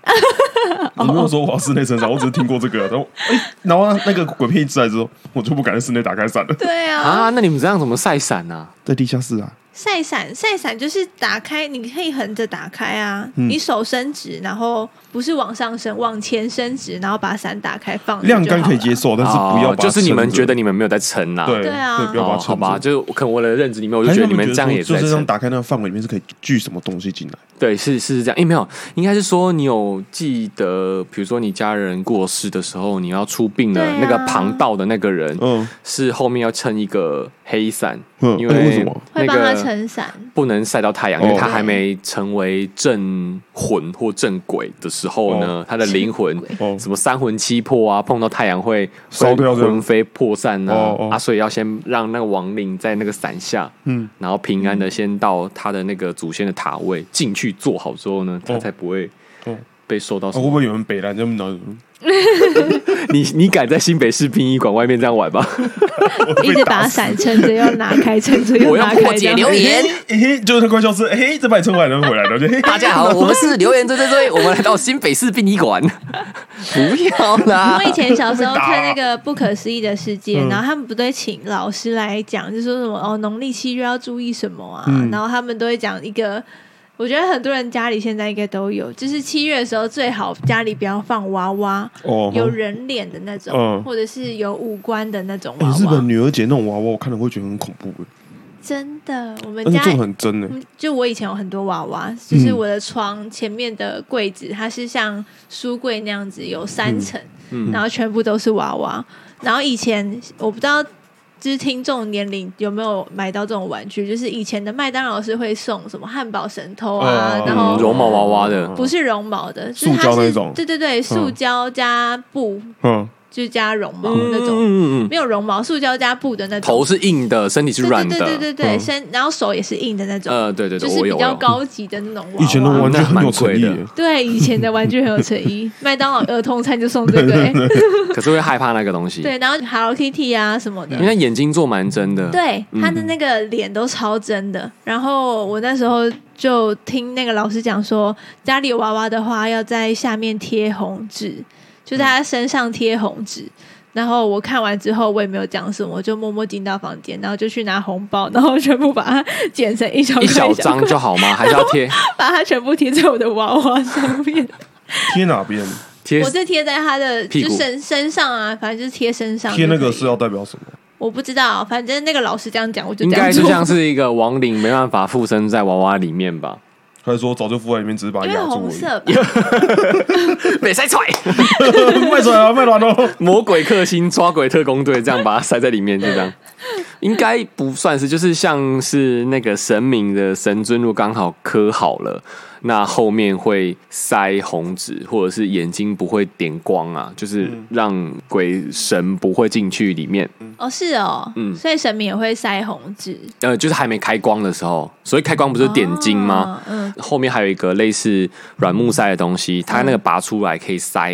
[SPEAKER 2] 我没有说我要室内撑伞，我只是听过这个。然后，哎、然后那个鬼片一出来之后，我就不敢在室内打开伞了。
[SPEAKER 3] 对啊，
[SPEAKER 1] 啊，那你们这样怎么晒伞啊？
[SPEAKER 2] 在地下室啊，
[SPEAKER 3] 晒伞晒伞就是打开，你可以横着打开啊，
[SPEAKER 2] 嗯
[SPEAKER 3] 你手伸直，然后不是往上伸，往前伸直，然后把伞打开放着就
[SPEAKER 2] 晾
[SPEAKER 3] 好了。
[SPEAKER 2] 干可以接受，但是不要
[SPEAKER 1] 哦
[SPEAKER 2] 把它撑着、
[SPEAKER 1] 就是你们觉得你们没有在撑啊？
[SPEAKER 2] 对
[SPEAKER 3] 对啊
[SPEAKER 2] 不要把它
[SPEAKER 1] 哦，
[SPEAKER 2] 撑着
[SPEAKER 1] 好吧，就是可能我的认知里面，我
[SPEAKER 2] 我
[SPEAKER 1] 就觉得你们这样也是
[SPEAKER 2] 就
[SPEAKER 1] 在
[SPEAKER 2] 是让
[SPEAKER 1] 撑。
[SPEAKER 2] 打开那个范围里面是可以聚什么东西进来。
[SPEAKER 1] 对，是是这样。哎，没有，应该是说你有记得，比如说你家人过世的时候，你要出殡
[SPEAKER 3] 对
[SPEAKER 1] 的
[SPEAKER 3] 啊
[SPEAKER 1] 那个旁道的那个人，
[SPEAKER 2] 嗯，
[SPEAKER 1] 是后面要撑一个黑伞，
[SPEAKER 2] 嗯
[SPEAKER 1] 因
[SPEAKER 2] 哎为什么
[SPEAKER 1] 那
[SPEAKER 3] 会帮它
[SPEAKER 1] 个
[SPEAKER 3] 撑伞。
[SPEAKER 1] 不能晒到太阳，因为
[SPEAKER 2] 哦
[SPEAKER 1] 它还没成为镇魂或镇鬼的时候呢
[SPEAKER 2] 哦，
[SPEAKER 1] 它的灵魂
[SPEAKER 3] 镇
[SPEAKER 2] 鬼哦
[SPEAKER 1] 什么三魂七魄啊，碰到太阳会
[SPEAKER 2] 烧掉
[SPEAKER 1] 会
[SPEAKER 2] 这样
[SPEAKER 1] 魂飞魄散啊
[SPEAKER 2] 哦哦
[SPEAKER 1] 啊，所以要先让那个亡灵在那个伞下，嗯，然后平安的先到他的那个祖先的塔位进去坐好之后呢，他
[SPEAKER 2] 哦
[SPEAKER 1] 才不会
[SPEAKER 2] 哦
[SPEAKER 1] 被受到
[SPEAKER 2] 啊
[SPEAKER 1] 什
[SPEAKER 2] 会
[SPEAKER 1] 么。
[SPEAKER 2] 不会有人北南他们拿？
[SPEAKER 1] 你你敢在新北市殡仪馆外面这样玩 吗？
[SPEAKER 3] 一直把伞撑着，又拿开，撑 着又
[SPEAKER 4] 我要
[SPEAKER 3] 拿
[SPEAKER 4] 破
[SPEAKER 3] 开，这
[SPEAKER 4] 解
[SPEAKER 3] 样
[SPEAKER 4] 留言。
[SPEAKER 2] 嘿嘿，就是他快消失，嘿，这把你撑完了回来了，就嘿，
[SPEAKER 4] 大家好，我们是留言追追追，我们来到新北市殡仪馆。不要
[SPEAKER 2] 啊
[SPEAKER 4] 啦
[SPEAKER 3] 我！以前小时候看那 个《不可思议的世界》，
[SPEAKER 2] 嗯
[SPEAKER 3] 然后他们不都会请老师来讲，就说什么哦，农历七月要注意什么啊，
[SPEAKER 2] 嗯
[SPEAKER 3] 然后他们都会讲一个。我觉得很多人家里现在应该都有，就是七月的时候最好家里不要放娃娃，
[SPEAKER 2] 哦
[SPEAKER 3] 有人脸的那种，
[SPEAKER 2] 嗯
[SPEAKER 3] 或者是有五官的那种
[SPEAKER 2] 哎
[SPEAKER 3] 娃
[SPEAKER 2] 日本
[SPEAKER 3] 娃。
[SPEAKER 2] 女儿节那种娃娃，我看了会觉得很恐怖哎，
[SPEAKER 3] 真的，我们
[SPEAKER 2] 但是
[SPEAKER 3] 家
[SPEAKER 2] 做的很真哎，
[SPEAKER 3] 嗯就我以前有很多娃娃，就是
[SPEAKER 1] 嗯
[SPEAKER 3] 我的床前面的柜子，它是像书柜那样子，有三层，
[SPEAKER 1] 嗯
[SPEAKER 3] 然后全部都是娃娃。然后以前我不知道，就是听众年龄有没有买到这种玩具，就是以前的麦当劳是会送什么汉堡神偷啊，
[SPEAKER 2] 哦
[SPEAKER 3] 然后
[SPEAKER 1] 嗯绒毛娃娃的
[SPEAKER 3] 不是绒毛的，就是
[SPEAKER 2] 塑
[SPEAKER 3] 它
[SPEAKER 2] 胶那
[SPEAKER 3] 是
[SPEAKER 2] 种
[SPEAKER 3] 对对
[SPEAKER 1] 嗯
[SPEAKER 3] 对，塑胶加布，
[SPEAKER 2] 嗯，
[SPEAKER 3] 就是加绒毛那种，
[SPEAKER 1] 嗯嗯嗯嗯，
[SPEAKER 3] 没有绒毛，塑胶加布的那种
[SPEAKER 1] 头。是硬的，身体是
[SPEAKER 3] 对
[SPEAKER 1] 软
[SPEAKER 3] 对
[SPEAKER 1] 的，
[SPEAKER 3] 对对对对，
[SPEAKER 2] 嗯
[SPEAKER 3] 身然后手也是硬的那种，
[SPEAKER 1] 呃，对对对，
[SPEAKER 3] 就是
[SPEAKER 1] 我有
[SPEAKER 3] 比较
[SPEAKER 1] 我有
[SPEAKER 3] 高级的那种娃娃。
[SPEAKER 2] 以前的玩具很有诚意
[SPEAKER 1] 那蛮贵
[SPEAKER 2] 哎
[SPEAKER 1] 的，
[SPEAKER 3] 对以前的玩具很有诚 意，麦当劳儿童餐就送这个、欸，
[SPEAKER 1] 可是会害怕那个东西，
[SPEAKER 3] 对，然后 Hello Kitty 啊什么的
[SPEAKER 4] 嗯
[SPEAKER 1] 因为，它眼睛做蛮真的，
[SPEAKER 3] 对，他的那个脸都超真的。然后我那时候就听那个老师讲说，家里有娃娃的话，要在下面贴红纸，就在他身上贴红纸。然后我看完之后，我也没有讲什么，我就默默进到房间，然后就去拿红包，然后全部把它剪成一小块
[SPEAKER 1] 一小
[SPEAKER 3] 块
[SPEAKER 1] 张就好 吗？还是要贴
[SPEAKER 3] 把它全部贴在我的娃娃上面。
[SPEAKER 2] 贴哪边？
[SPEAKER 1] 贴
[SPEAKER 3] 我？是贴在他的
[SPEAKER 1] 屁股
[SPEAKER 3] 就身身上啊，反正就是贴身上就可以
[SPEAKER 2] 贴
[SPEAKER 3] 了。
[SPEAKER 2] 那个是要哦代表什么？
[SPEAKER 3] 我不知道，反正那个老师这样讲，我就
[SPEAKER 1] 应
[SPEAKER 3] 这样
[SPEAKER 1] 该就
[SPEAKER 3] 做。
[SPEAKER 1] 像是一个亡灵没办法附身在娃娃里面吧？
[SPEAKER 2] 还是说早就敷在里面，只是把它
[SPEAKER 3] 因为
[SPEAKER 2] 压住
[SPEAKER 3] 红
[SPEAKER 2] 而已？
[SPEAKER 3] 色吧，
[SPEAKER 4] 没塞踹，
[SPEAKER 2] 卖出来了，卖完了。
[SPEAKER 1] 魔鬼克星抓鬼特工队这样把它塞在里面，就 这样，应该不算是，就是像是那个神明的神尊，如果刚好磕好了，那后面会塞红纸，或者是眼睛不会点光啊，就是
[SPEAKER 4] 嗯
[SPEAKER 1] 让鬼神不会进去里面。
[SPEAKER 3] 哦是哦，
[SPEAKER 1] 嗯
[SPEAKER 3] 所以神明也会塞红纸，
[SPEAKER 1] 呃，就是还没开光的时候，所以开光不是点睛吗？
[SPEAKER 3] 哦？嗯，
[SPEAKER 1] 后面还有一个类似软木塞的东西，它那个拔出来可以塞。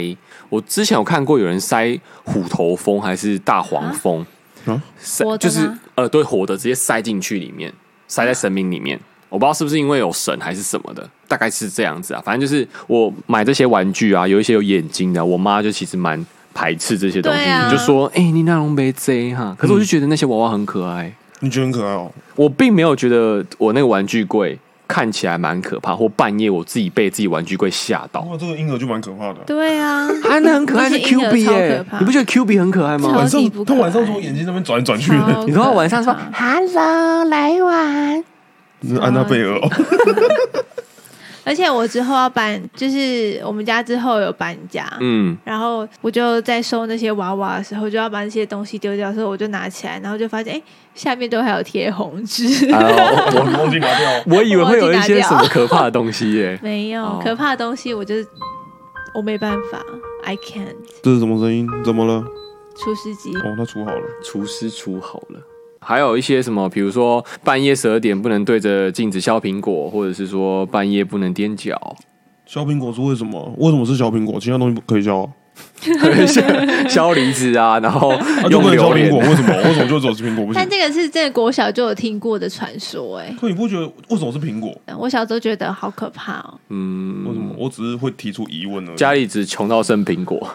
[SPEAKER 1] 我之前有看过有人塞虎头蜂还是大黄蜂，
[SPEAKER 2] 啊
[SPEAKER 1] 塞
[SPEAKER 3] 活的
[SPEAKER 1] 就是
[SPEAKER 3] 吗
[SPEAKER 1] 呃对活的直接塞进去里面，塞在神明里面。我不知道是不是因为有神还是什么的，大概是这样子啊。反正就是我买这些玩具啊，有一些有眼睛的，我妈就其实蛮排斥这些东西，
[SPEAKER 3] 对啊
[SPEAKER 1] 就说：“哎、你那龙没贼哈。”可是我就觉得那些娃娃很可爱。
[SPEAKER 2] 你觉得很可爱哦？
[SPEAKER 1] 我并没有觉得我那个玩具柜看起来蛮可怕，或半夜我自己被自己玩具柜吓到。
[SPEAKER 2] 哇，这个婴儿就蛮可怕的。
[SPEAKER 3] 对啊，
[SPEAKER 1] 啊，那很可爱，
[SPEAKER 3] 而
[SPEAKER 1] 是
[SPEAKER 3] 且
[SPEAKER 1] Q
[SPEAKER 3] 婴儿
[SPEAKER 1] B
[SPEAKER 3] 超
[SPEAKER 1] 耶
[SPEAKER 3] 可怕！
[SPEAKER 1] 你不觉得 Q B 很可爱吗
[SPEAKER 3] 超？
[SPEAKER 2] 晚上
[SPEAKER 3] 级不可
[SPEAKER 2] 他
[SPEAKER 3] 爱
[SPEAKER 2] 晚上从我眼睛那边转来转去
[SPEAKER 3] 超
[SPEAKER 2] 的，
[SPEAKER 1] 你说晚上说
[SPEAKER 3] 可怕
[SPEAKER 1] “Hello，来玩
[SPEAKER 2] 你是安娜贝尔哦。
[SPEAKER 3] 而且我之后要搬，就是我们家之后有搬家”，。
[SPEAKER 1] 嗯，
[SPEAKER 3] 然后我就在收那些娃娃的时候，就要把那些东西丢掉的时候，我就拿起来，然后就发现，哎，下面都还有贴红纸。
[SPEAKER 1] 啊，
[SPEAKER 2] 我
[SPEAKER 1] 我
[SPEAKER 2] 忘记拿掉。
[SPEAKER 1] 我我以为会有一些什
[SPEAKER 3] 我忘记
[SPEAKER 1] 么
[SPEAKER 3] 拿掉
[SPEAKER 1] 可怕的东西 耶。
[SPEAKER 3] 没有、
[SPEAKER 1] 哦
[SPEAKER 3] 可怕的东西，我就是我没办法，I can't。
[SPEAKER 2] 这是什么声音？怎么了？
[SPEAKER 3] 厨师机
[SPEAKER 2] 哦，他出好了。
[SPEAKER 1] 厨师出好了。还有一些什么，比如说半夜十二点不能对着镜子削苹果，或者是说半夜不能踮脚，
[SPEAKER 2] 削苹果是为什么？为什么是削苹果？其他东西不可以削啊？
[SPEAKER 1] 削梨子啊，然后
[SPEAKER 2] 啊就
[SPEAKER 1] 用
[SPEAKER 2] 不能削
[SPEAKER 1] 榴
[SPEAKER 2] 苹果？
[SPEAKER 1] 莲。
[SPEAKER 2] 为什么？为什么就只有吃苹果不行
[SPEAKER 3] 但？这个是真的国小就有听过的传说、哎
[SPEAKER 2] 可你不觉得为什么是苹果？
[SPEAKER 3] 哎，我小时候觉得好可怕哦。
[SPEAKER 1] 嗯
[SPEAKER 2] 为什么？我只是会提出疑问而已。
[SPEAKER 1] 家里只穷到剩苹 果。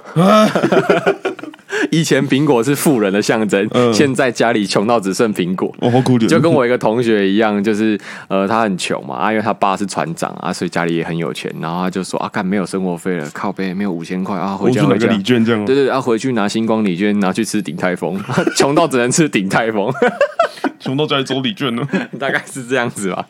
[SPEAKER 1] 以前苹果是富人的象征，
[SPEAKER 2] 嗯
[SPEAKER 1] 现在家里穷到只剩苹果。
[SPEAKER 2] 哦，好可怜，
[SPEAKER 1] 就跟我一个同学一样，就是呃，他很穷嘛，啊，因为他爸是船长啊，所以家里也很有钱。然后他就说啊，干没有生活费了，靠背没有五千块啊，
[SPEAKER 2] 我
[SPEAKER 1] 回
[SPEAKER 2] 就
[SPEAKER 1] 家
[SPEAKER 2] 拿
[SPEAKER 1] 回
[SPEAKER 2] 个
[SPEAKER 1] 家。
[SPEAKER 2] 礼
[SPEAKER 1] 对
[SPEAKER 2] 券这样哦。
[SPEAKER 1] 对对，啊，回去拿星光礼券，拿去吃鼎泰丰， 穷到只能吃鼎泰丰。
[SPEAKER 2] 穷到家里走礼券呢？
[SPEAKER 1] 大概是这样子吧，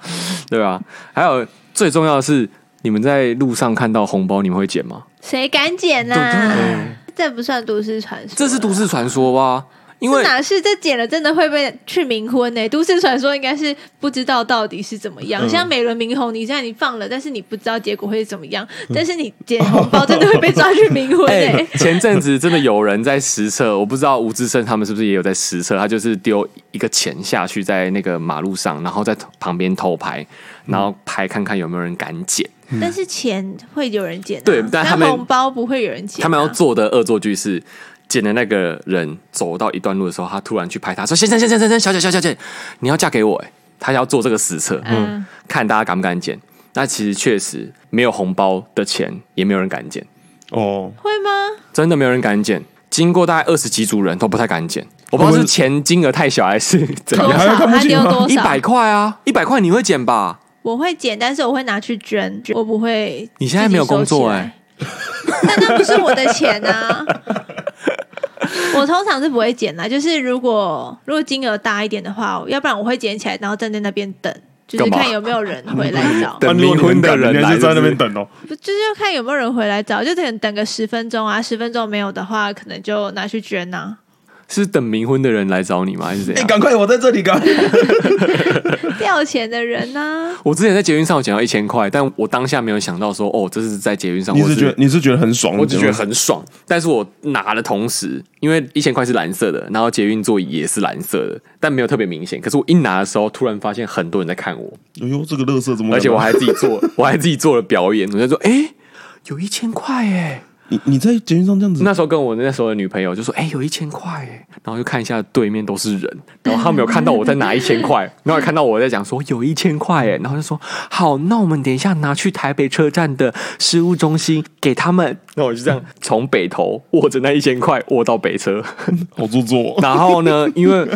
[SPEAKER 1] 对吧？还有最重要的是，你们在路上看到红包，你们会捡吗？
[SPEAKER 3] 谁敢捡呐、啊
[SPEAKER 1] 对
[SPEAKER 3] 这不算都市传说，
[SPEAKER 1] 这是都市传说吧？啊因为
[SPEAKER 3] 哪是这剪了真的会被去冥婚呢、都市传说应该是不知道到底是怎么样，
[SPEAKER 2] 嗯
[SPEAKER 3] 像美轮明红，你现在你放了，但是你不知道结果会是怎么样，但是你捡红包真的会被抓去冥 婚
[SPEAKER 1] 嗯
[SPEAKER 3] 欸
[SPEAKER 1] 哎、
[SPEAKER 3] 呢、
[SPEAKER 1] 前阵子真的有人在实测，我不知道吴志胜他们是不是也有在实测，他就是丢一个钱下去在那个马路上，然后在旁边偷拍，然后拍看看有没有人敢捡。
[SPEAKER 3] 但是钱会有人捡、啊，
[SPEAKER 1] 嗯对但他们
[SPEAKER 3] 红包不会有人捡啊、
[SPEAKER 1] 他们要做的恶作剧是。捡的那个人走到一段路的时候，他突然去拍他说：“先生，先生，先生，小姐，小姐，小姐，你要嫁给我、欸？”他要做这个实测，
[SPEAKER 3] 嗯，
[SPEAKER 1] 看大家敢不敢捡。那其实确实没有红包的钱，也没有人敢捡，
[SPEAKER 2] 哦，
[SPEAKER 3] 会吗？
[SPEAKER 1] 真的没有人敢捡。经过大概二十几组人都不太敢捡，我不知道是钱金额太小还是怎
[SPEAKER 3] 多
[SPEAKER 2] 你
[SPEAKER 1] 样。
[SPEAKER 2] 还
[SPEAKER 3] 少？
[SPEAKER 2] 要看不
[SPEAKER 3] 他
[SPEAKER 2] 清
[SPEAKER 3] 丢
[SPEAKER 2] 吗
[SPEAKER 3] 多
[SPEAKER 1] 一
[SPEAKER 3] 少
[SPEAKER 1] 百？块啊，一百块你会捡吧？
[SPEAKER 3] 我会捡，但是我会拿去捐，我不会。
[SPEAKER 1] 你现在没有工作哎、
[SPEAKER 3] 哎、但那不是我的 钱啊。我通常是不会捡啦，就是如果如果金额大一点的话，要不然我会捡起来，然后站在那边等，就是
[SPEAKER 1] 干嘛
[SPEAKER 3] 看有没有人回来 找，
[SPEAKER 1] 等
[SPEAKER 2] 啊如果你
[SPEAKER 1] 冥婚的
[SPEAKER 2] 很赶
[SPEAKER 1] 人
[SPEAKER 2] 你还
[SPEAKER 1] 来
[SPEAKER 2] 是在那
[SPEAKER 1] 就是
[SPEAKER 2] 边等哦。
[SPEAKER 3] 不就是要看有没有人回来找，就等等个十分钟啊，十分钟没有的话，可能就拿去捐啊呐、
[SPEAKER 1] 是等冥婚的人来找你吗？还是怎
[SPEAKER 2] 哎，
[SPEAKER 1] 样？
[SPEAKER 2] 赶快，我在这里，赶快。
[SPEAKER 3] 啊，掉钱的人呐、
[SPEAKER 1] 我之前在捷运上有捡到一千块，但我当下没有想到说，哦，这是在捷运上，
[SPEAKER 2] 你
[SPEAKER 1] 我
[SPEAKER 2] 是觉得你是觉得很爽？
[SPEAKER 1] 我只觉得很爽，但是我拿的同时，因为一千块是蓝色的，然后捷运座椅也是蓝色的，但没有特别明显。可是我一拿的时候，突然发现很多人在看我，
[SPEAKER 2] 哎呦，这个乐色怎么敢拿？
[SPEAKER 1] 而且我还自己做，我还自己做了表演。我就说，哎、有一千块哎！
[SPEAKER 2] 你你在捷运上这样子，
[SPEAKER 1] 那时候跟我那时候的女朋友就说，哎、有一千块哎！然后就看一下对面都是人，然后他没有看到我在拿一千块， 然后也看到我在讲说有一千块哎，然后就说好，那我们等一下拿去台北车站的失物中心给他们。那我就这样从北头握着那一千块握到北车。
[SPEAKER 2] 好做作哦。
[SPEAKER 1] 然后呢，因为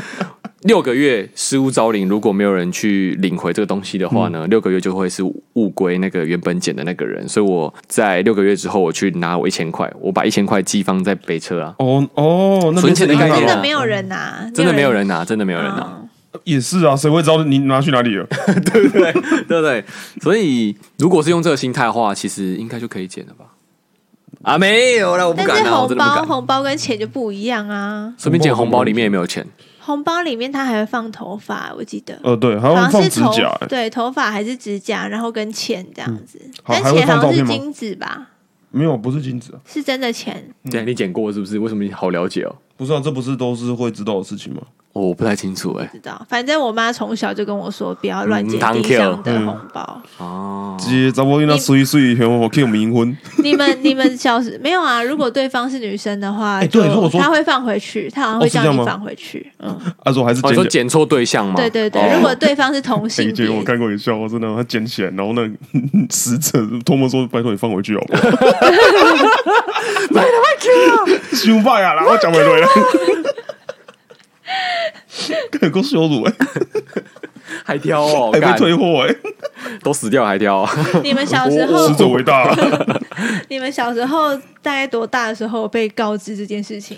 [SPEAKER 1] 六个月失物招领，如果没有人去领回这个东西的话呢，六个月就会是物归那个原本捡的那个人。所以我在六个月之后，我去拿我一千块，我把一千块寄放在北车啊，
[SPEAKER 2] 哦哦，那
[SPEAKER 1] 存钱的
[SPEAKER 2] 没
[SPEAKER 1] 概
[SPEAKER 2] 有
[SPEAKER 1] 念
[SPEAKER 3] 真
[SPEAKER 2] 人
[SPEAKER 1] 啊
[SPEAKER 3] 的
[SPEAKER 2] 拿
[SPEAKER 3] 没有人啊拿，
[SPEAKER 1] 真的没有人啊拿，真的没有
[SPEAKER 3] 没
[SPEAKER 1] 人
[SPEAKER 3] 有人
[SPEAKER 1] 拿，
[SPEAKER 3] 嗯
[SPEAKER 2] 也是啊，谁会知道你拿去哪里 了？
[SPEAKER 1] 对不对？所以如果是用这个心态的话，其实应该就可以捡了吧？啊，没有啦，我不
[SPEAKER 3] 但
[SPEAKER 1] 敢
[SPEAKER 3] 是
[SPEAKER 1] 啊，我
[SPEAKER 3] 红
[SPEAKER 1] 真的不
[SPEAKER 3] 包
[SPEAKER 1] 敢。
[SPEAKER 3] 红包跟钱就不一样啊，
[SPEAKER 1] 顺便捡红包里面也没有钱，
[SPEAKER 3] 红包里面它还会放头发，我记得。
[SPEAKER 2] 呃，对，还
[SPEAKER 3] 好
[SPEAKER 2] 要
[SPEAKER 3] 像
[SPEAKER 2] 放
[SPEAKER 3] 是
[SPEAKER 2] 指
[SPEAKER 3] 头
[SPEAKER 2] 甲，哎
[SPEAKER 3] 对头发还是指甲，然后跟钱这样子。
[SPEAKER 2] 好
[SPEAKER 3] 但
[SPEAKER 2] 还会
[SPEAKER 3] 钱
[SPEAKER 2] 放
[SPEAKER 3] 好像
[SPEAKER 2] 照
[SPEAKER 3] 是
[SPEAKER 2] 片吗
[SPEAKER 3] 金子吧？
[SPEAKER 2] 没有，不是金子啊，
[SPEAKER 3] 是真的钱，
[SPEAKER 1] 对你捡过是不是？为什么你好了解哦？
[SPEAKER 2] 不是啊，这不是都是会知道的事情吗？
[SPEAKER 1] 哦我不太清楚哎、
[SPEAKER 3] 知道？反正我妈从小就跟我说，不要乱捡
[SPEAKER 1] 嗯堂
[SPEAKER 3] 地上的
[SPEAKER 2] 口
[SPEAKER 3] 红包。
[SPEAKER 1] 哦，
[SPEAKER 2] 接查某囡仔水水，然后给我们冥婚，
[SPEAKER 3] 你们 你们小时没有啊？如果对方是女生的话，
[SPEAKER 2] 哎
[SPEAKER 3] 就
[SPEAKER 2] 对如果说
[SPEAKER 3] 她会放回去，她好像
[SPEAKER 2] 哦
[SPEAKER 3] 会
[SPEAKER 2] 是这
[SPEAKER 3] 叫
[SPEAKER 2] 样
[SPEAKER 3] 你
[SPEAKER 2] 吗
[SPEAKER 3] 放回去。嗯，
[SPEAKER 2] 他说还是
[SPEAKER 1] 哦，你说
[SPEAKER 2] 捡起来。
[SPEAKER 1] 捡错对象吗？
[SPEAKER 3] 对对对。
[SPEAKER 1] 哦
[SPEAKER 3] 如果对方是同
[SPEAKER 2] 哎
[SPEAKER 3] 性
[SPEAKER 2] 姐，
[SPEAKER 3] 别，
[SPEAKER 2] 我看过你笑话，真的，他捡起来，然后那个嗯死者偷摸说：“拜托你放回去好 不好？”凶败啊！然后讲 回来了，有够羞辱哎、
[SPEAKER 1] 还挑哦，
[SPEAKER 2] 还
[SPEAKER 1] 干
[SPEAKER 2] 被退货哎、
[SPEAKER 1] 都死掉还挑、
[SPEAKER 3] 你们小时
[SPEAKER 2] 欸，
[SPEAKER 3] 候
[SPEAKER 2] 死，者为大、
[SPEAKER 3] 你们小时候大概多大的时候被告知这件事情？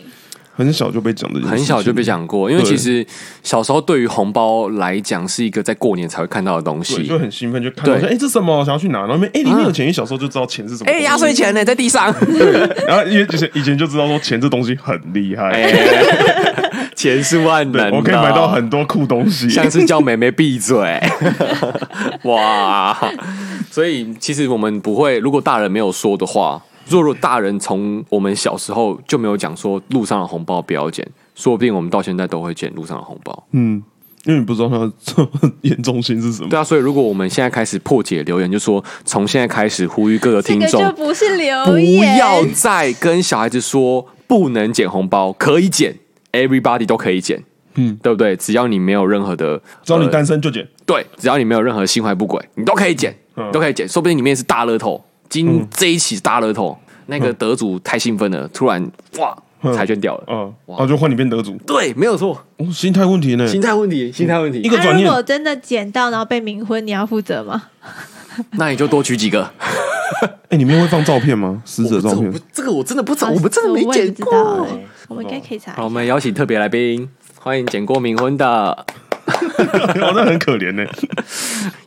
[SPEAKER 2] 很小就被讲这件事情，
[SPEAKER 1] 很小就被讲过，因为其实小时候对于红包来讲是一个在过年才会看到的东
[SPEAKER 2] 对，
[SPEAKER 1] 西
[SPEAKER 2] 就。很兴奋，就看到
[SPEAKER 1] 对
[SPEAKER 2] 说：“哎、这什么？”想要去拿，然后面哎、里面有钱，你小时候就知道钱是什么，
[SPEAKER 4] 哎，压岁钱呢，在地上。
[SPEAKER 2] 然后因为以前以前就知道说钱这东西很厉害，
[SPEAKER 1] 哎钱是万能的，
[SPEAKER 2] 我可以买到， 很多酷东西。
[SPEAKER 1] 像是叫妹妹闭嘴， 哇！所以其实我们不会，如果大人没有说的话，若若大人从我们小时候就没有讲说路上的红包不要捡，说不定我们到现在都会捡路上的红包。
[SPEAKER 2] 嗯，因为你不知道它的严重性是什么。
[SPEAKER 1] 对啊，所以如果我们现在开始破解留言，就说从现在开始呼吁各个
[SPEAKER 3] 这
[SPEAKER 1] 听
[SPEAKER 3] 个
[SPEAKER 1] 众
[SPEAKER 3] 就，不是留
[SPEAKER 1] 不
[SPEAKER 3] 言，
[SPEAKER 1] 要再跟小孩子说不能捡红包，可以捡，everybody 都可以捡，嗯
[SPEAKER 2] 嗯，
[SPEAKER 1] 对不对？只要你没有任何的，
[SPEAKER 2] 只要你
[SPEAKER 1] 呃
[SPEAKER 2] 单身就捡，
[SPEAKER 1] 对，只要你没有任何心怀不轨，你都可以捡，
[SPEAKER 2] 嗯
[SPEAKER 1] 都可以捡，说不定里面是大乐透，今这一期是大乐透，那个得主太兴奋了，突然哇
[SPEAKER 2] 嗯
[SPEAKER 1] 彩券掉了，
[SPEAKER 2] 啊，然后就换你变得主。
[SPEAKER 1] 对，没有错，
[SPEAKER 2] 哦，心态问题呢？
[SPEAKER 1] 心态问题，心态问
[SPEAKER 2] 一
[SPEAKER 1] 题，
[SPEAKER 2] 个
[SPEAKER 3] 那
[SPEAKER 2] 转
[SPEAKER 3] 如
[SPEAKER 2] 念，
[SPEAKER 3] 果真的捡到然后被冥婚，你要负责吗？
[SPEAKER 1] 那你就多取几个。
[SPEAKER 2] 哎，里面会放照片 吗？死者照片
[SPEAKER 1] 我不知道我不这个我真的不知道，
[SPEAKER 3] 啊
[SPEAKER 1] 我们真的没
[SPEAKER 3] 我也
[SPEAKER 1] 捡
[SPEAKER 3] 不知
[SPEAKER 1] 过。
[SPEAKER 3] 道欸我们应该可以查
[SPEAKER 1] 好，我们邀请特别来宾，欢迎捡过冥婚的。
[SPEAKER 2] 哦， 那很可怜呢。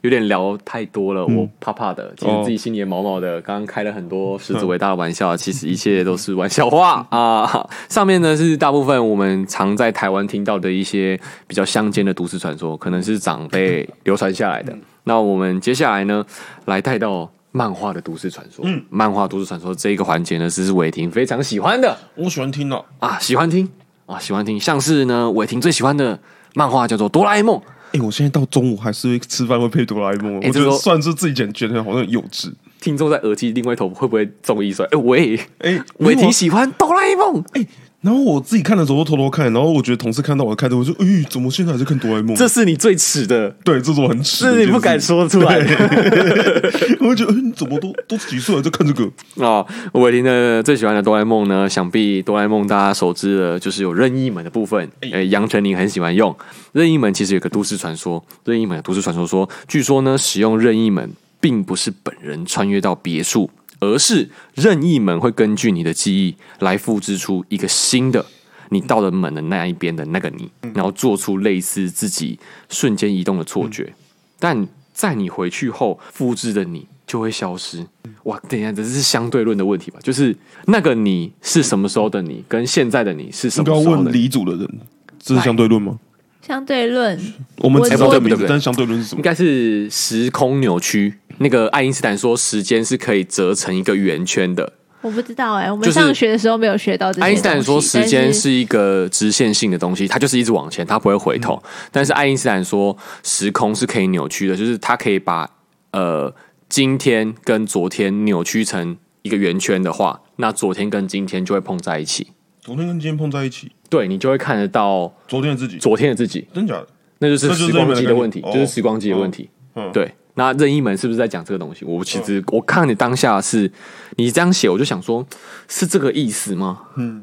[SPEAKER 1] 有点聊太多了，我怕怕的，其实自己心里也毛毛的。刚刚开了很多狮子伟大的玩笑，其实一切都是玩笑话啊。上面呢是大部分我们常在台湾听到的一些比较乡间的都市传说，可能是长辈流传下来的。那我们接下来呢，来带到。漫画的都市传说，嗯，漫画都市传说这一个环节呢，这是伟霆非常喜欢的
[SPEAKER 2] 我喜欢听哦，
[SPEAKER 1] 啊，喜欢听啊，喜欢听。像是呢，伟霆最喜欢的漫画叫做《哆啦 A 梦》，
[SPEAKER 2] 哎、我现在到中午还是会吃饭会配哆啦 A 梦，
[SPEAKER 1] 哎
[SPEAKER 2] 我
[SPEAKER 1] 这
[SPEAKER 2] 觉得
[SPEAKER 1] 时候
[SPEAKER 2] 算是自己觉得好像很幼稚。
[SPEAKER 1] 听众在耳机另外一头会不会中意说：“哎、喂，
[SPEAKER 2] 哎、
[SPEAKER 1] 伟
[SPEAKER 2] 我
[SPEAKER 1] 霆喜欢哆啦 A 梦。
[SPEAKER 2] 哎、然后我自己看的时候都偷偷看，然后我觉得同事看到我看着我说，哎、怎么现在还在看哆啦 A 梦？”
[SPEAKER 1] 这是你最耻的，
[SPEAKER 2] 对，这是我很耻，
[SPEAKER 1] 这是你不敢。说出来的
[SPEAKER 2] 我会觉得，哎、你怎么都都几岁了在看这个？
[SPEAKER 1] 哦。伟霆的最喜欢的哆啦 A 梦呢，想必哆啦 A 梦大家熟知的就是有任意门的部分。
[SPEAKER 2] 哎
[SPEAKER 1] 诶，杨丞琳很喜欢用任意门，其实有个都市传说，任意门的都市传说说，据说呢，使用任意门并不是本人穿越到别处，而是任意门会根据你的记忆来复制出一个新的你到了门的那一边的那个你，然后做出类似自己瞬间移动的错觉，但在你回去后，复制的你就会消失。哇，等一下，这是相对论的问题吧？就是那个你是什么时候的你，跟现在的你是什
[SPEAKER 2] 应该
[SPEAKER 1] 么
[SPEAKER 2] 要
[SPEAKER 1] 时候的
[SPEAKER 2] 问
[SPEAKER 1] 你？
[SPEAKER 2] 李主的人，这是相对论吗？
[SPEAKER 3] 相对论，
[SPEAKER 2] 我们只知道
[SPEAKER 1] 我
[SPEAKER 2] 这个名
[SPEAKER 1] 我
[SPEAKER 2] 字，但是相对论是什
[SPEAKER 1] 应
[SPEAKER 2] 么？
[SPEAKER 1] 该是时空扭曲。那个爱因斯坦说，时间是可以折成一个圆圈的。
[SPEAKER 3] 我不知道哎、我
[SPEAKER 1] 就
[SPEAKER 3] 们
[SPEAKER 1] 是
[SPEAKER 3] 上学的时候没有学到这些东西。
[SPEAKER 1] 爱因斯坦说，时
[SPEAKER 3] 但
[SPEAKER 1] 间
[SPEAKER 3] 是
[SPEAKER 1] 是一个直线性的东西，它就是一直往前，它不会回
[SPEAKER 3] 嗯
[SPEAKER 1] 头。但是爱因斯坦说，时空是可以扭曲的，就是它可以把呃今天跟昨天扭曲成一个圆圈的话，那昨天跟今天就会碰在一起，
[SPEAKER 2] 昨天跟今天碰在一起，
[SPEAKER 1] 对你就会看得到
[SPEAKER 2] 昨天的自己，
[SPEAKER 1] 昨天的自己，
[SPEAKER 2] 真假的？
[SPEAKER 1] 那就是
[SPEAKER 2] 那就是
[SPEAKER 1] 时光机的
[SPEAKER 2] 日本的概念
[SPEAKER 1] 问题，
[SPEAKER 2] 哦
[SPEAKER 1] 就是时光机的问题。
[SPEAKER 2] 嗯
[SPEAKER 1] 对，那任意门是不是在讲这个东西？我其实我看你当下是你这样写，我就想说，是这个意思吗？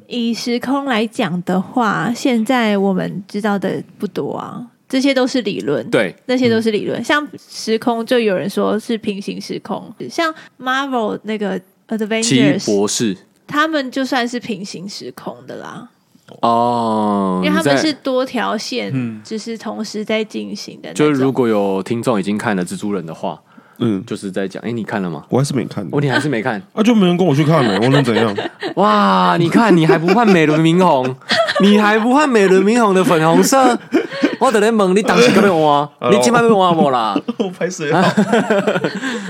[SPEAKER 3] 以时空来讲的话，现在我们知道的不多啊，这些都是理论。。
[SPEAKER 1] 对，
[SPEAKER 3] 那些都是理论，像时空就有人说是平行时空，像 Marvel 那个
[SPEAKER 1] 奇异
[SPEAKER 3] Avengers，
[SPEAKER 1] 博士。
[SPEAKER 3] 他们就算是平行时空的啦，
[SPEAKER 1] 哦，
[SPEAKER 3] 因为他
[SPEAKER 1] 你
[SPEAKER 3] 们
[SPEAKER 1] 在嗯
[SPEAKER 3] 是多条线，就是同时在进行的那
[SPEAKER 1] 就是如
[SPEAKER 3] 种。
[SPEAKER 1] 果有听众已经看了蜘蛛人的话，
[SPEAKER 2] 嗯，
[SPEAKER 1] 就是在讲，哎、你看了吗？
[SPEAKER 2] 我还是没看的
[SPEAKER 1] 哦，你还是没 看，
[SPEAKER 2] 啊，就没人跟我去看了，我能怎样？
[SPEAKER 1] 哇！你看，你还不换美轮明 宏，你还不换美轮明宏的粉红色，我等在问你当时可没换，你今晚被换 我啊啦？
[SPEAKER 2] 我拍谁啊？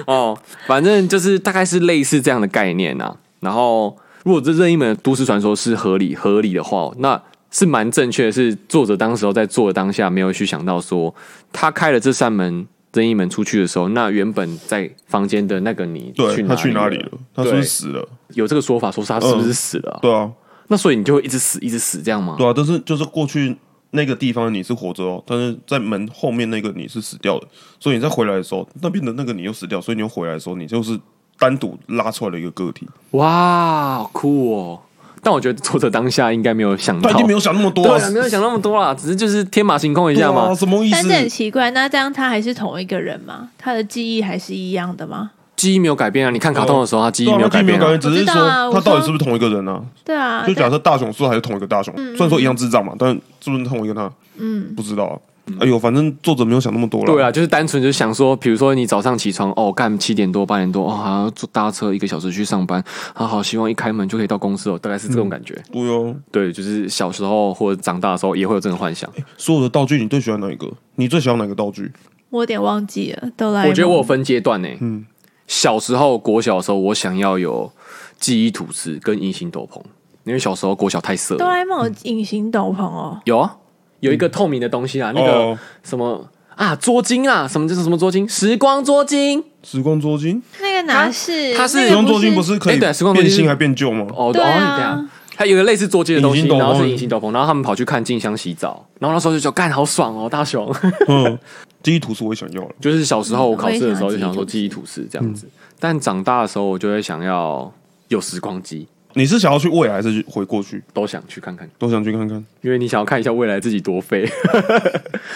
[SPEAKER 1] 哦，反正就是大概是类似这样的概念啊。然后，如果这任意门的都市传说是合理合理的话，那是蛮正确的。是作者当时候在做的当下没有去想到说，他开了这扇门任意门出去的时候，那原本在房间的那个你
[SPEAKER 2] 对，他去
[SPEAKER 1] 哪
[SPEAKER 2] 哪
[SPEAKER 1] 里
[SPEAKER 2] 里
[SPEAKER 1] 了
[SPEAKER 2] 了？？他是不
[SPEAKER 1] 对
[SPEAKER 2] 是死了？
[SPEAKER 1] 有这个说法，说是他是不是死了啊、
[SPEAKER 2] 对啊，
[SPEAKER 1] 那所以你就会一直死，一直死这样吗？
[SPEAKER 2] 对啊，但是就是过去那个地方的你是活着哦，但是在门后面那个你是死掉的，所以你再回来的时候，那边的那个你又死掉，所以你又回来的时候，你就是单独拉出来的一个个体。
[SPEAKER 1] 哇，好酷哦！但我觉得作者当下应该没有想
[SPEAKER 2] 他
[SPEAKER 1] 到，
[SPEAKER 2] 已经没有想那么多
[SPEAKER 1] 对
[SPEAKER 2] 啊，
[SPEAKER 1] 啊，没有想那么多啦，只是就是天马行空一
[SPEAKER 2] 对
[SPEAKER 1] 下嘛。
[SPEAKER 2] 啊，什么意
[SPEAKER 3] 但
[SPEAKER 2] 思
[SPEAKER 3] 是？很奇怪，那这样他还是同一个人吗？他的记忆还是一样的吗？
[SPEAKER 1] 记忆没有改变啊！你看卡通的时候，他记忆
[SPEAKER 2] 对啊
[SPEAKER 1] 没有
[SPEAKER 2] 他
[SPEAKER 1] 改
[SPEAKER 2] 并没
[SPEAKER 1] 变、
[SPEAKER 2] 有
[SPEAKER 1] 啊
[SPEAKER 2] 改变，。只是
[SPEAKER 3] 我知道啊
[SPEAKER 2] 说
[SPEAKER 3] 我
[SPEAKER 2] 他
[SPEAKER 3] 说
[SPEAKER 2] 到底是不是同一个人呢？
[SPEAKER 3] 对嗯啊，
[SPEAKER 2] 就假
[SPEAKER 3] 但
[SPEAKER 2] 设大雄是还是同一个大雄，虽然说一样智障嘛，但是不是同一个他？嗯，不知道啊。哎呦，反正作者没有想那么多了。
[SPEAKER 1] 对啊，就是单纯就想说，比如说你早上起床，哦，干七点多八点多，哦，还要坐搭车一个小时去上班，啊，好希望一开门就可以到公司哦，大概是这种感觉。
[SPEAKER 2] 对哦，
[SPEAKER 1] 对，就是小时候或者长大的时候也会有这种幻想。
[SPEAKER 2] 所有的道具你最喜欢哪一个？你最喜欢哪个道具？
[SPEAKER 3] 我有点忘记了，哆
[SPEAKER 2] 哎
[SPEAKER 3] 啦 A 梦。
[SPEAKER 1] 我觉得我有分阶段呢、嗯，小时候国小的时候，我想要有记忆吐司跟隐形斗篷，因为小时候国小太色
[SPEAKER 3] 哆
[SPEAKER 1] 了。
[SPEAKER 3] 啦 A 梦有隐形斗篷哦，
[SPEAKER 1] 有啊，有一个透明的东西啊，那个
[SPEAKER 2] 嗯哦
[SPEAKER 1] 什么啊，捉巾啊，什么这是什么捉巾？时光捉巾。
[SPEAKER 2] 时光捉巾，
[SPEAKER 3] 那个哪是？
[SPEAKER 1] 它它是
[SPEAKER 3] 那
[SPEAKER 2] 时
[SPEAKER 3] 个
[SPEAKER 2] 光
[SPEAKER 3] 不
[SPEAKER 2] 捉巾不是可
[SPEAKER 1] 哎
[SPEAKER 2] 以
[SPEAKER 1] 对时光捉
[SPEAKER 2] 变
[SPEAKER 1] 巾
[SPEAKER 2] 性还变旧吗？
[SPEAKER 1] 哦，
[SPEAKER 3] 对啊
[SPEAKER 1] 哦，对啊，还有个类似捉鸡的东西，
[SPEAKER 2] 隐形斗篷
[SPEAKER 1] 然后是隐形斗篷，然后他们跑去看静香洗澡，然后那时候就觉得干好爽哦，大雄。
[SPEAKER 2] 嗯，记忆图是我也想要了。
[SPEAKER 1] 就是小时候我考试的时候就想说
[SPEAKER 3] 我也想要
[SPEAKER 1] 记忆吐司这样子，
[SPEAKER 2] 嗯
[SPEAKER 1] 但长大的时候我就会想要有时光机，
[SPEAKER 2] 你是想要去未来还是回过去？
[SPEAKER 1] 都想去看看，
[SPEAKER 2] 都想去看看。
[SPEAKER 1] 因为你想要看一下未来自己多废，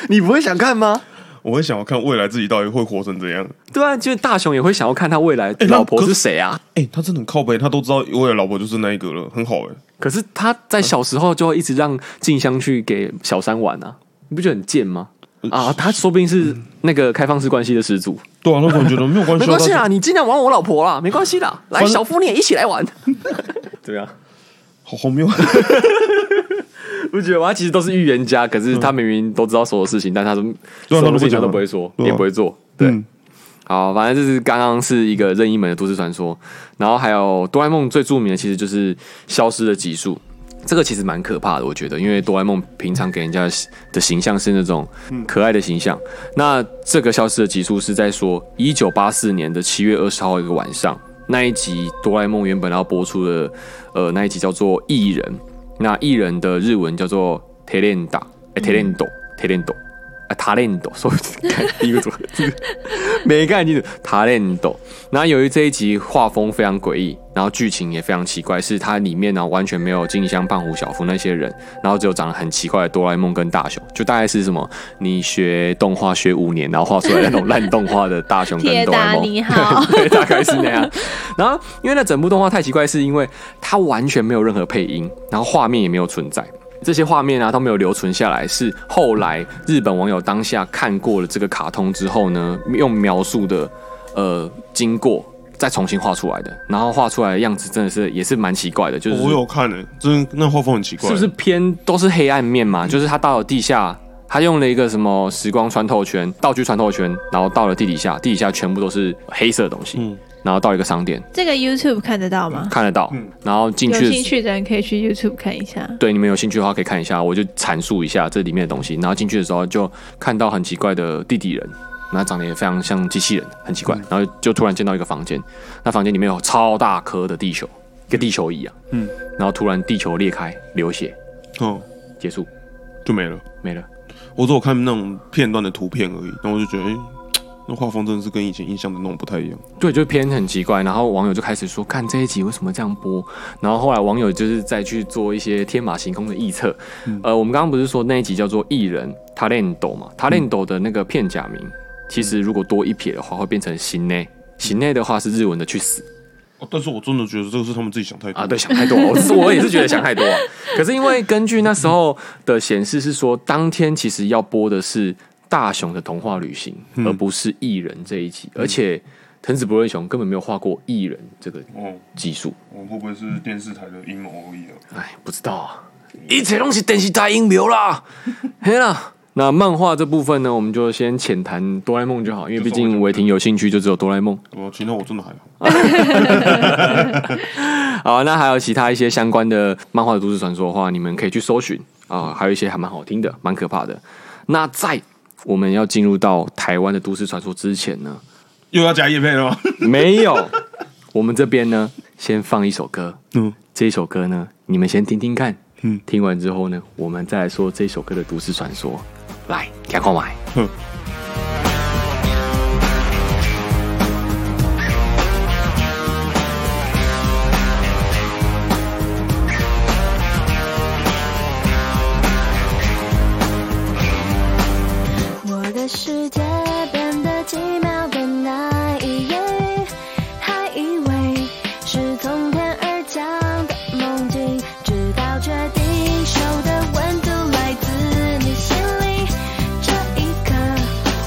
[SPEAKER 1] 你不会想看吗？
[SPEAKER 2] 我会想要看未来自己到底会活成怎样。
[SPEAKER 1] 对啊，就是大雄也会想要看他未来
[SPEAKER 2] 那
[SPEAKER 1] 老婆是谁啊。
[SPEAKER 2] 哎、他真的很靠背，他都知道未来老婆就是那一个了，很好哎、
[SPEAKER 1] 可是他在小时候就会一直让静香去给小三玩啊，你不觉得很贱吗？
[SPEAKER 2] 嗯
[SPEAKER 1] 啊，他说不定是那个开放式关系的始祖。
[SPEAKER 2] 对啊，那我觉得没有关
[SPEAKER 4] 没
[SPEAKER 2] 系啊，
[SPEAKER 4] 关系
[SPEAKER 2] 但
[SPEAKER 4] 啦，
[SPEAKER 2] 是
[SPEAKER 4] 你尽量玩我老婆啦，没关系啦。来，
[SPEAKER 2] 反正
[SPEAKER 4] 小夫你也一起来玩。
[SPEAKER 1] 对啊，
[SPEAKER 2] 好荒谬啊。
[SPEAKER 1] 不觉得吗？他其实都是预言家，可是他明明都知道所有事情，但他都
[SPEAKER 2] 对
[SPEAKER 1] 什
[SPEAKER 2] 啊他
[SPEAKER 1] 么
[SPEAKER 2] 都不讲啊
[SPEAKER 1] 事情他都不会说，
[SPEAKER 2] 对啊
[SPEAKER 1] 也不会做。 对，
[SPEAKER 2] 嗯
[SPEAKER 1] 好，反正这是刚刚是一个任意门的都市传说，然后还有哆啦 A 梦最著名的其实就是消失的集数，这个其实蛮可怕的，我觉得，因为哆啦 A 梦平常给人家的形象是那种可爱的形象，那这个消失的集数是在说一九八四年的七月二十号一个晚上，那一集哆啦 A 梦原本要播出的，呃，那一集叫做艺人，那艺人的日文叫做 talenta，哎、t
[SPEAKER 3] 嗯
[SPEAKER 1] a l e n t o t a l e n t o 啊 talento，说不清看 第一个组，这个没看清楚 talento。然后由于这一集画风非常诡异，然后剧情也非常奇怪，是它里面呢完全没有静香、胖虎、小夫那些人，然后只有长得很奇怪的哆啦 A 梦跟大雄，就大概是什么你学动画学五年，然后画出来那种烂动画的大雄跟
[SPEAKER 3] 铁
[SPEAKER 1] 哆啦
[SPEAKER 3] 达
[SPEAKER 1] A 梦。，
[SPEAKER 3] 尼号
[SPEAKER 1] 对，大概是那样。然后因为那整部动画太奇怪，是因为它完全没有任何配音，然后画面也没有存在。这些画面啊都没有留存下来，是后来日本网友当下看过了这个卡通之后呢，用描述的呃经过再重新画出来的，然后画出来的样子真的是也是蛮奇怪的，就是
[SPEAKER 2] 我有看诶、真的那画风很奇怪，
[SPEAKER 1] 是不是偏都是黑暗面
[SPEAKER 2] 嗯
[SPEAKER 1] 嘛？就是他到了地下，他用了一个什么时光穿透圈、道具穿透圈，然后到了地底下，地底下全部都是黑色的东西。
[SPEAKER 2] 嗯啊
[SPEAKER 1] 然后到一个商店
[SPEAKER 3] 这个 YouTube 看得到吗？
[SPEAKER 1] 看得到，然后进
[SPEAKER 3] 有
[SPEAKER 1] 去的。
[SPEAKER 3] 兴趣的人可以去 YouTube 看一下。
[SPEAKER 1] 对，你们有兴趣的话可以看一下，我就阐述一下这里面的东西。然后进去的时候就看到很奇怪的地底人，然后长得也非常像机器人，很奇怪。
[SPEAKER 2] 嗯
[SPEAKER 1] 然后就突然见到一个房间，那房间里面有超大颗的地球，跟地球一样。嗯
[SPEAKER 2] 嗯，
[SPEAKER 1] 然后突然地球裂开，流血，
[SPEAKER 2] 哦，
[SPEAKER 1] 结束，
[SPEAKER 2] 就没了。
[SPEAKER 1] 没了。
[SPEAKER 2] 我只有看那种片段的图片而已，然后我就觉得，哎、那画风真的是跟以前印象的那种不太一样。
[SPEAKER 1] 对，就偏很奇怪。然后网友就开始说，看这一集为什么这样播？然后后来网友就是再去做一些天马行空的臆测。呃，我们刚刚不是说那一集叫做艺人 talento 嘛？talento 的那个片假名，其实如果多一撇的话，会变成行内。行内的话是日文的去死
[SPEAKER 2] 哦，但是我真的觉得这个是他们自己想太多
[SPEAKER 1] 啊，对，想太多了，我是我也是觉得想太多啊。可是因为根据那时候的显示是说，当天其实要播的是大雄的童话旅行，而不是艺人这一集，而且藤子不二雄根本没有画过艺人这个
[SPEAKER 2] 哦，
[SPEAKER 1] 技术。
[SPEAKER 2] 我会不会是电视台的阴谋而已啊？
[SPEAKER 1] 哎，不知道啊，一切东西电视台音流 啦，嘿啦。那漫画这部分呢，我们就先浅谈哆啦 A 梦就好，因为毕竟伟霆有兴趣就只有哆啦 A 梦。
[SPEAKER 2] 我其他我真的还好。
[SPEAKER 1] 好，那还有其他一些相关的漫画的都市传说的话，你们可以去搜寻啊、还有一些还蛮好听的，蛮可怕的。那在我们要进入到台湾的都市传说之前呢，
[SPEAKER 2] 又要加叶配了吗？
[SPEAKER 1] 没有，我们这边呢先放一首歌，
[SPEAKER 2] 嗯，
[SPEAKER 1] 这一首歌呢，你们先听听看，
[SPEAKER 2] 嗯
[SPEAKER 1] 听完之后呢，我们再来说这首歌的都市传说。来，赶快买。
[SPEAKER 5] 我的世界变得奇妙的那一夜，还以为是从天而降的梦境，直到确定手的温度来自你心里。这一刻，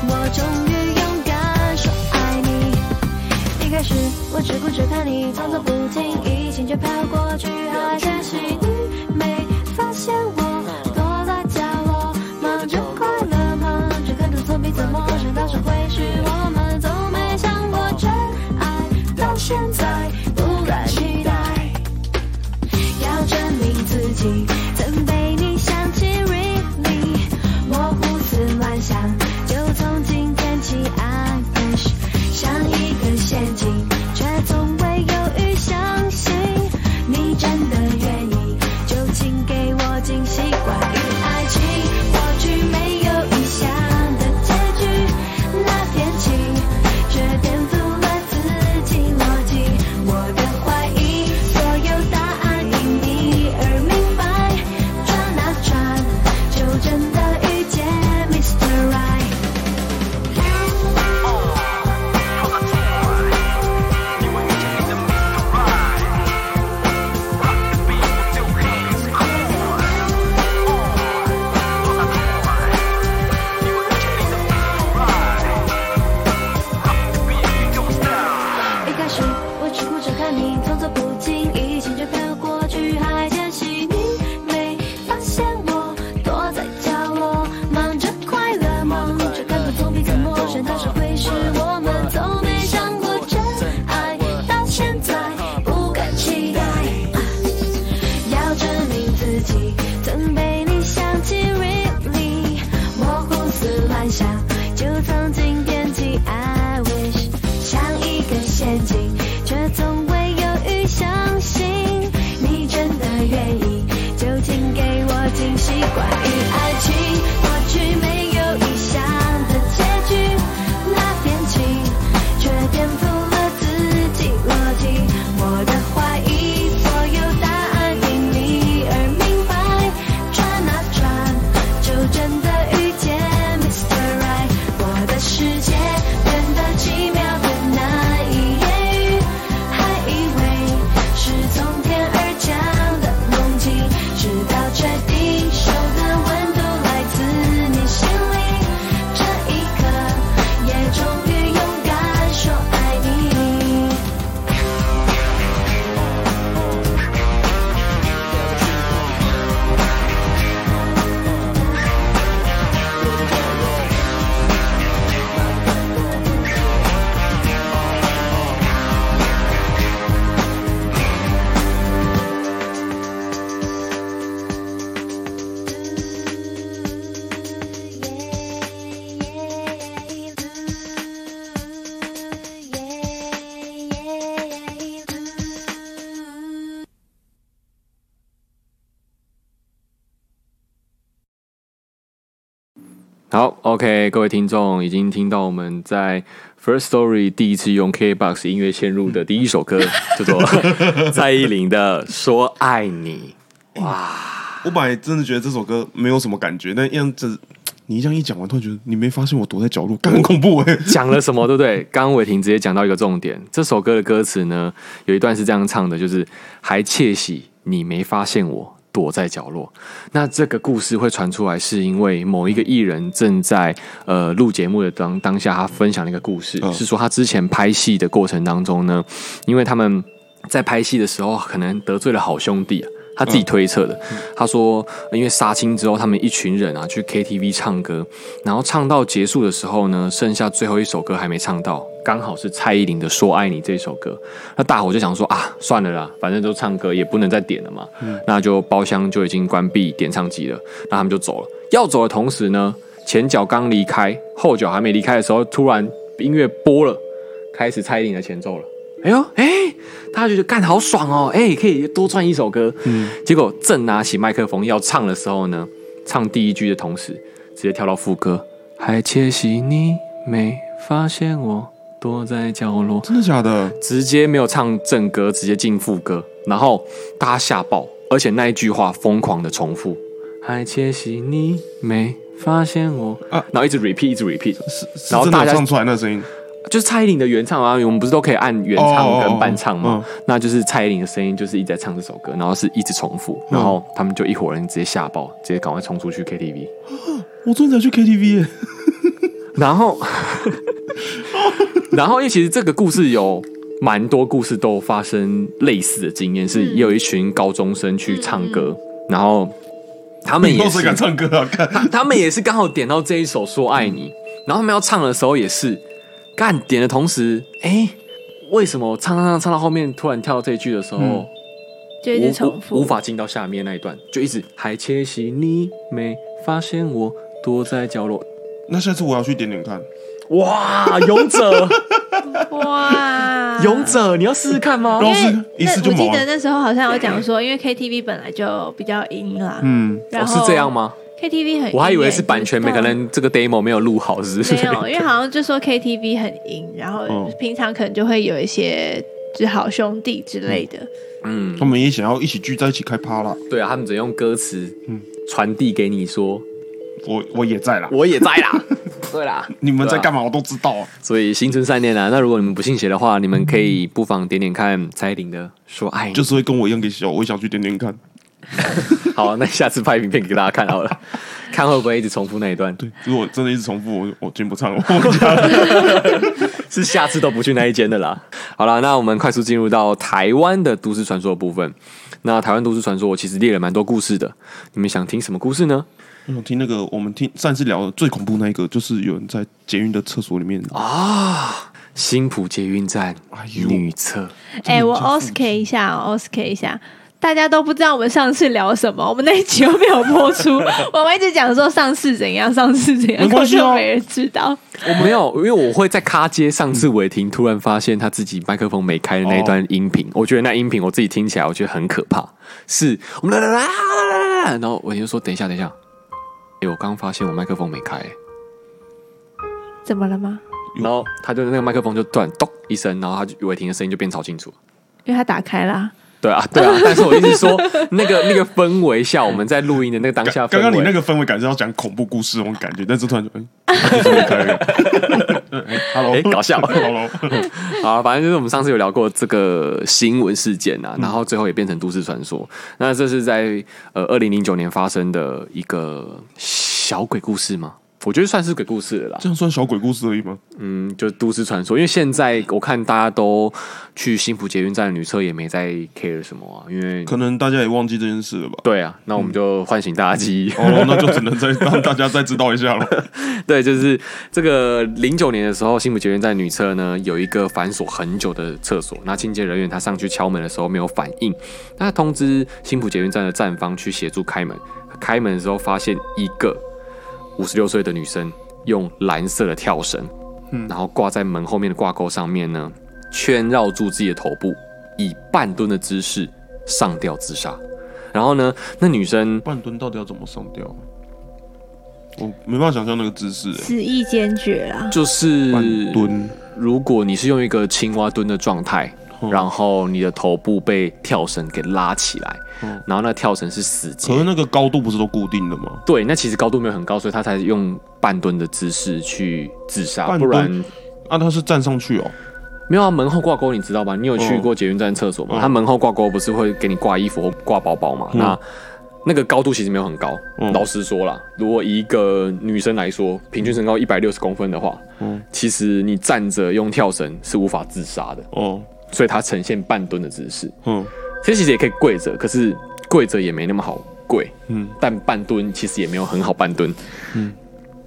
[SPEAKER 5] 我终于勇敢说爱你。一开始我只顾着看你，装作不经意，情却飘过去，好可惜你没发现我躲在角落，忙着快乐，忙着跟着作弊怎么想到是会是我们从没想过真爱，到现在不敢期待。要证明自己曾被你想起，really，我胡思乱想，就从今天起，I wish，像一个陷阱，却从未犹豫相信你真的愿意，就请给我惊喜。关于爱情，或许没有预想的结局，那天起，却颠覆了自己逻辑，我啊个不经意间就飘过去，还窃喜你没发现我躲在角落，忙着快乐，忙着感动从彼此陌生，但是会是我们从没想过真爱，到现在不敢期待。啊要证明自己曾被你想起，really，我胡思乱想，就曾经惦记，I wish，像一个陷阱，却从未犹豫相信你真的愿意，就请给我惊喜。关于爱情，过去没有预想的结局，那天起。却颠覆了自己逻辑。我的怀疑，所有答案因你而明白。转啊转，就真的遇见 Mr. Right。我的世界变得奇妙的难以言喻，还以为是从天而降的梦境，直到确定手的温度来自你心里。这一刻，也终于勇敢说爱你。
[SPEAKER 1] 好，OK，各位听众已经听到我们在 First Story 第一次用 KBox 音乐嵌入的第一首歌，叫做蔡依林的《说爱你》。
[SPEAKER 2] 我本来真的觉得这首歌没有什么感觉，但样子你这样一讲完，突然觉得你没发现我躲在角落，干很恐怖哎、
[SPEAKER 1] 讲了什么，对不对？刚刚伟霆直接讲到一个重点，这首歌的歌词呢，有一段是这样唱的，就是还窃喜你没发现我躲在角落。那这个故事会传出来，是因为某一个艺人正在呃录节目的当当下，他分享了一个故事，
[SPEAKER 2] 嗯
[SPEAKER 1] 是说他之前拍戏的过程当中呢，因为他们在拍戏的时候可能得罪了好兄弟啊。他自己推测的，他说，呃因为杀青之后，他们一群人啊去 KTV 唱歌，然后唱到结束的时候呢，剩下最后一首歌还没唱到，刚好是蔡依林的《说爱你》这首歌。那大伙就想说啊，算了啦，反正都唱歌也不能再点了嘛，那就包厢就已经关闭点唱机了，那他们就走了。要走的同时呢，前脚刚离开，后脚还没离开的时候，突然音乐播了，开始蔡依林的前奏了。哎呦，哎、大家就觉得干好爽哦，哎、可以多赚一首歌。嗯，结果正拿起麦克风要唱的时候呢，唱第一句的同时，直接跳到副歌，还窃喜你没发现我躲在角落，
[SPEAKER 2] 真的假的？
[SPEAKER 1] 直接没有唱正歌，直接进副歌，然后大家吓爆，而且那一句话疯狂的重复，还窃喜你没发现我，
[SPEAKER 2] 啊
[SPEAKER 1] 然后一直 repeat，一直 repeat，
[SPEAKER 2] 是是
[SPEAKER 1] 然后
[SPEAKER 2] 真的
[SPEAKER 1] 大
[SPEAKER 2] 有
[SPEAKER 1] 家
[SPEAKER 2] 唱出来那声音，
[SPEAKER 1] 就是蔡依林的原唱啊，我们不是都可以按原唱跟伴唱吗？
[SPEAKER 2] 哦哦哦
[SPEAKER 1] 那就是蔡依林的声音，就是一直在唱这首歌，然后是一直重复，然后他们就一伙人直接吓爆，直接赶快冲出去 KTV，
[SPEAKER 2] 我昨天才去 KTV，、欸、
[SPEAKER 1] 然后， 然后因为其实这个故事有蛮多故事都发生类似的经验，是
[SPEAKER 3] 嗯
[SPEAKER 1] 也有一群高中生去唱歌，然后他们
[SPEAKER 2] 你
[SPEAKER 1] 也
[SPEAKER 2] 都是
[SPEAKER 1] 是
[SPEAKER 2] 敢唱歌啊？看，
[SPEAKER 1] 他们也是刚好点到这一首《说爱你》，然后他们要唱的时候也是干点的同时，哎、为什么唱唱唱唱到后面突然跳到这一句的时候，
[SPEAKER 3] 就一直重
[SPEAKER 1] 无无
[SPEAKER 3] 复
[SPEAKER 1] 无。法进到下面那一段，就一直还窃喜你没发现我躲在角落，
[SPEAKER 2] 那下次我要去点点看。
[SPEAKER 1] 哇，勇者，
[SPEAKER 3] 哇，
[SPEAKER 1] 勇者，你要试试看吗
[SPEAKER 2] 然？后
[SPEAKER 3] 因为
[SPEAKER 2] 是一次
[SPEAKER 3] 那
[SPEAKER 2] 就
[SPEAKER 3] 我
[SPEAKER 2] 毛
[SPEAKER 3] 记
[SPEAKER 2] 了。
[SPEAKER 3] 得那时候好像有讲说，因为 KTV 本来就比较阴啦，
[SPEAKER 2] 嗯，
[SPEAKER 3] 然
[SPEAKER 1] 哦
[SPEAKER 3] 后、
[SPEAKER 1] 是这样吗？
[SPEAKER 3] ？KTV 很阴，哎
[SPEAKER 1] 我还以为是版权，
[SPEAKER 3] 每
[SPEAKER 1] 可
[SPEAKER 3] 个人。
[SPEAKER 1] 能这个 demo 没有录好，是不是？
[SPEAKER 3] 没有，因为好像就说 KTV 很阴，然后
[SPEAKER 2] 嗯
[SPEAKER 3] 平常可能就会有一些就是好兄弟之类的，
[SPEAKER 1] 嗯
[SPEAKER 2] 他，们也想要一起聚在一起开趴啦。
[SPEAKER 1] 对啊，他们只能用歌词
[SPEAKER 2] 嗯
[SPEAKER 1] 传递给你说，
[SPEAKER 2] 我我也在啦，
[SPEAKER 1] 我也在 啦，对啦，
[SPEAKER 2] 你们在干嘛我都知道啊。
[SPEAKER 1] 所以心存善念啊。那如果你们不信邪的话，你们可以不妨点点看蔡依林的《说爱你》
[SPEAKER 2] 就。是会跟我一样给小，我也想去点点看。
[SPEAKER 1] 好，那下次拍影片给大家看好 了，看会不会一直重复那一 段？
[SPEAKER 2] 如果真的一直重复，我我进不唱，我回家了。
[SPEAKER 1] 是下次都不去那一间的啦。好了，那我们快速进入到台湾的都市传说的部分。那台湾都市传说，我其实列了蛮多故事的，你们想听什么故事呢？
[SPEAKER 2] 我想听那个，我们听上次聊的最恐怖那一个，就是有人在捷运的厕所里面啊，
[SPEAKER 1] 新浦捷运站
[SPEAKER 2] 呦
[SPEAKER 1] 女厕，
[SPEAKER 3] 哎、我 OSK 一下、哦、，OSK 一下，大家都不知道我们上次聊什么，我们那一集又没有播出， 我们一直讲说上次怎样，上次怎样，
[SPEAKER 2] 没关系啊
[SPEAKER 3] 根本就没人知道。
[SPEAKER 1] 我没有，因为我会在咖街上次伟霆突然发现他自己麦克风没开的那一段音
[SPEAKER 2] 哦
[SPEAKER 1] 频，我觉得那音频我自己听起来我觉得很可怕，是我们来来来来来来，然后伟霆就说等一下等一下，哎、我刚发现我麦克风没开、
[SPEAKER 3] 怎么了吗？
[SPEAKER 1] 然后他就那个麦克风就突然咚一声，然后他就伟霆的声音就变超清楚。
[SPEAKER 3] 因为他打开啦、
[SPEAKER 1] 对啊，对啊，但是我一直说那个那个氛围下，我们在录音的那个当下氛围，
[SPEAKER 2] 刚刚你那个氛围感是要讲恐怖故事那种感觉，但是突 然就哎，怎么开了哎？Hello，
[SPEAKER 1] 哎搞笑
[SPEAKER 2] ，Hello，
[SPEAKER 1] 啊，反正就是我们上次有聊过这个新闻事件
[SPEAKER 2] 嗯
[SPEAKER 1] 啊，然后最后也变成都市传说。那这是在呃二零零九年发生的一个小鬼故事吗？我觉得算是鬼故事了啦
[SPEAKER 2] 这，样算小鬼故事而已吗？
[SPEAKER 1] 嗯，就是都市传说。因为现在我看大家都去新浦捷运站的女厕也没在 care 什么啊，因为
[SPEAKER 2] 可能大家也忘记这件事 了吧？
[SPEAKER 1] 对啊，那我们就唤醒大家记忆。
[SPEAKER 2] 哦，那就只能再让大家再知道一下 了。
[SPEAKER 1] 对，就是这个零九年的时候，新浦捷运站女厕呢有一个反锁很久的厕所，那清洁人员他上去敲门的时候没有反应，那他通知新浦捷运站的站方去协助开门。开门的时候发现一个五十六岁的女生用蓝色的跳绳，
[SPEAKER 2] 嗯
[SPEAKER 1] 然后挂在门后面的挂钩上面呢，圈绕住自己的头部，以半蹲的姿势上吊自杀。然后呢，那女生
[SPEAKER 2] 半蹲到底要怎么上吊啊？我没办法想象那个姿势、欸，
[SPEAKER 3] 死意坚决啊啦。
[SPEAKER 1] 就是
[SPEAKER 2] 半蹲，
[SPEAKER 1] 如果你是用一个青蛙蹲的状态，
[SPEAKER 2] 嗯
[SPEAKER 1] 然后你的头部被跳绳给拉起来，
[SPEAKER 2] 嗯
[SPEAKER 1] 然后那跳绳是死结
[SPEAKER 2] 可。是那个高度不是都固定的吗？
[SPEAKER 1] 对，那其实高度没有很高，所以他才用半蹲的姿势去自杀，
[SPEAKER 2] 半
[SPEAKER 1] 不
[SPEAKER 2] 蹲
[SPEAKER 1] 然
[SPEAKER 2] 啊，他是站上去哦，
[SPEAKER 1] 没有啊。门后挂钩你知道吧？你有去过捷运站厕所吗？
[SPEAKER 2] 嗯
[SPEAKER 1] 他门后挂钩不是会给你挂衣服或挂包包吗？那那个高度其实没有很高。
[SPEAKER 2] 嗯
[SPEAKER 1] 老实说啦，如果以一个女生来说，平均身高一百六十公分的话，
[SPEAKER 2] 嗯
[SPEAKER 1] 其实你站着用跳绳是无法自杀的。
[SPEAKER 2] 哦，
[SPEAKER 1] 所以它呈现半蹲的姿势。
[SPEAKER 2] 嗯
[SPEAKER 1] 其实其实也可以跪着，可是跪着也没那么好跪，
[SPEAKER 2] 嗯
[SPEAKER 1] 但半蹲其实也没有很好半蹲。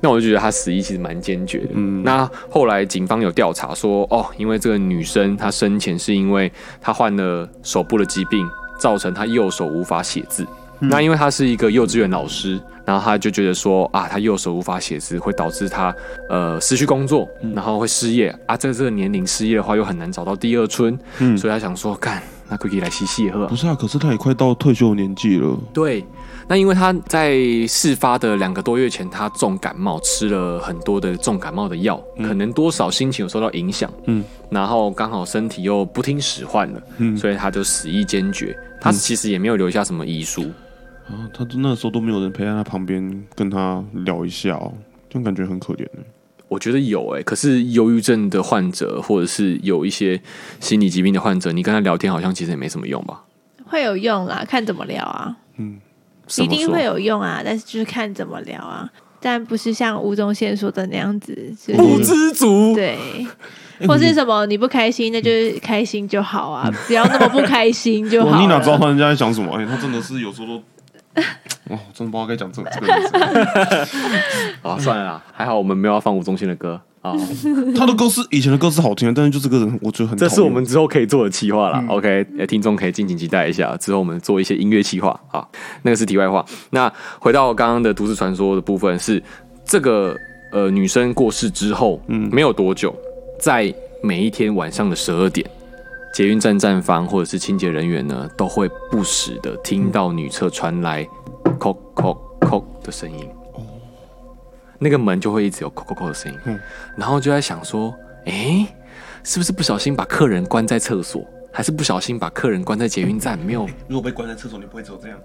[SPEAKER 1] 那我就觉得他死意其实蛮坚决的。
[SPEAKER 2] 嗯
[SPEAKER 1] 那后来警方有调查说，哦，因为这个女生她生前是因为她患了手部的疾病，造成她右手无法写字。
[SPEAKER 2] 嗯
[SPEAKER 1] 那因为她是一个幼稚园老师，然后她就觉得说啊，她右手无法写字会导致她呃失去工作，
[SPEAKER 2] 嗯
[SPEAKER 1] 然后会失业啊，在这个年龄失业的话又很难找到第二春，
[SPEAKER 2] 嗯，
[SPEAKER 1] 所以她想说，干，那 Quicky 来吸吸喝
[SPEAKER 2] 不。是啊，可是他也快到退休的年纪了，
[SPEAKER 1] 对，那因为他在事发的两个多月前，他重感冒，吃了很多的重感冒的药，可能多少心情有受到影响，
[SPEAKER 2] 嗯，
[SPEAKER 1] 然后刚好身体又不听使唤了，
[SPEAKER 2] 嗯
[SPEAKER 1] 所以他就死意坚决。他其实也没有留下什么遗书，
[SPEAKER 2] 啊，他那时候都没有人陪在他旁边跟他聊一下哦，这样感觉很可怜呢。
[SPEAKER 1] 我觉得有诶、可是忧郁症的患者或者是有一些心理疾病的患者，你跟他聊天好像其实也没什么用吧？
[SPEAKER 3] 会有用啦，看怎么聊啊，
[SPEAKER 1] 怎
[SPEAKER 3] 一
[SPEAKER 1] 么
[SPEAKER 3] 定
[SPEAKER 1] 说
[SPEAKER 3] 会有用啊，但是就是看怎么聊啊，但不是像吴宗宪说的那样子，就
[SPEAKER 1] 不
[SPEAKER 3] 是
[SPEAKER 1] 知足。
[SPEAKER 3] 对， 或
[SPEAKER 2] 哎
[SPEAKER 3] 是什么你不开心，那就是开心就好
[SPEAKER 1] 嗯
[SPEAKER 3] 啊，不要那么不开心就好
[SPEAKER 2] 哇，
[SPEAKER 3] 了。
[SPEAKER 2] 你哪知道他人家在想什么？哎、他真的是有时候都，哇，我哎真的不知道该讲这这个意思。
[SPEAKER 1] 啊，算了啦，还好我们没有要放吴宗宪的歌啊。
[SPEAKER 2] 他的歌是以前的歌是好听的，但是就这个人，我觉得很讨
[SPEAKER 1] 这
[SPEAKER 2] 厌。
[SPEAKER 1] 是我们之后可以做的企划啦。OK，呃听众可以敬请期待一下，之后我们做一些音乐企划啊。那个是题外话。那回到刚刚的都市传说的部分是，这个呃女生过世之后，嗯，没有多久，在每一天晚上的十二点。捷运站站房或者是清洁人员呢，都会不时的听到女厕传来“叩叩叩”的声音，那个门就会一直有“叩叩叩”的声音，然后就在想说，诶、是不是不小心把客人关在厕所，还是不小心把客人关在捷运 站？没有，
[SPEAKER 2] 如果被关在厕所，你不会只有这样。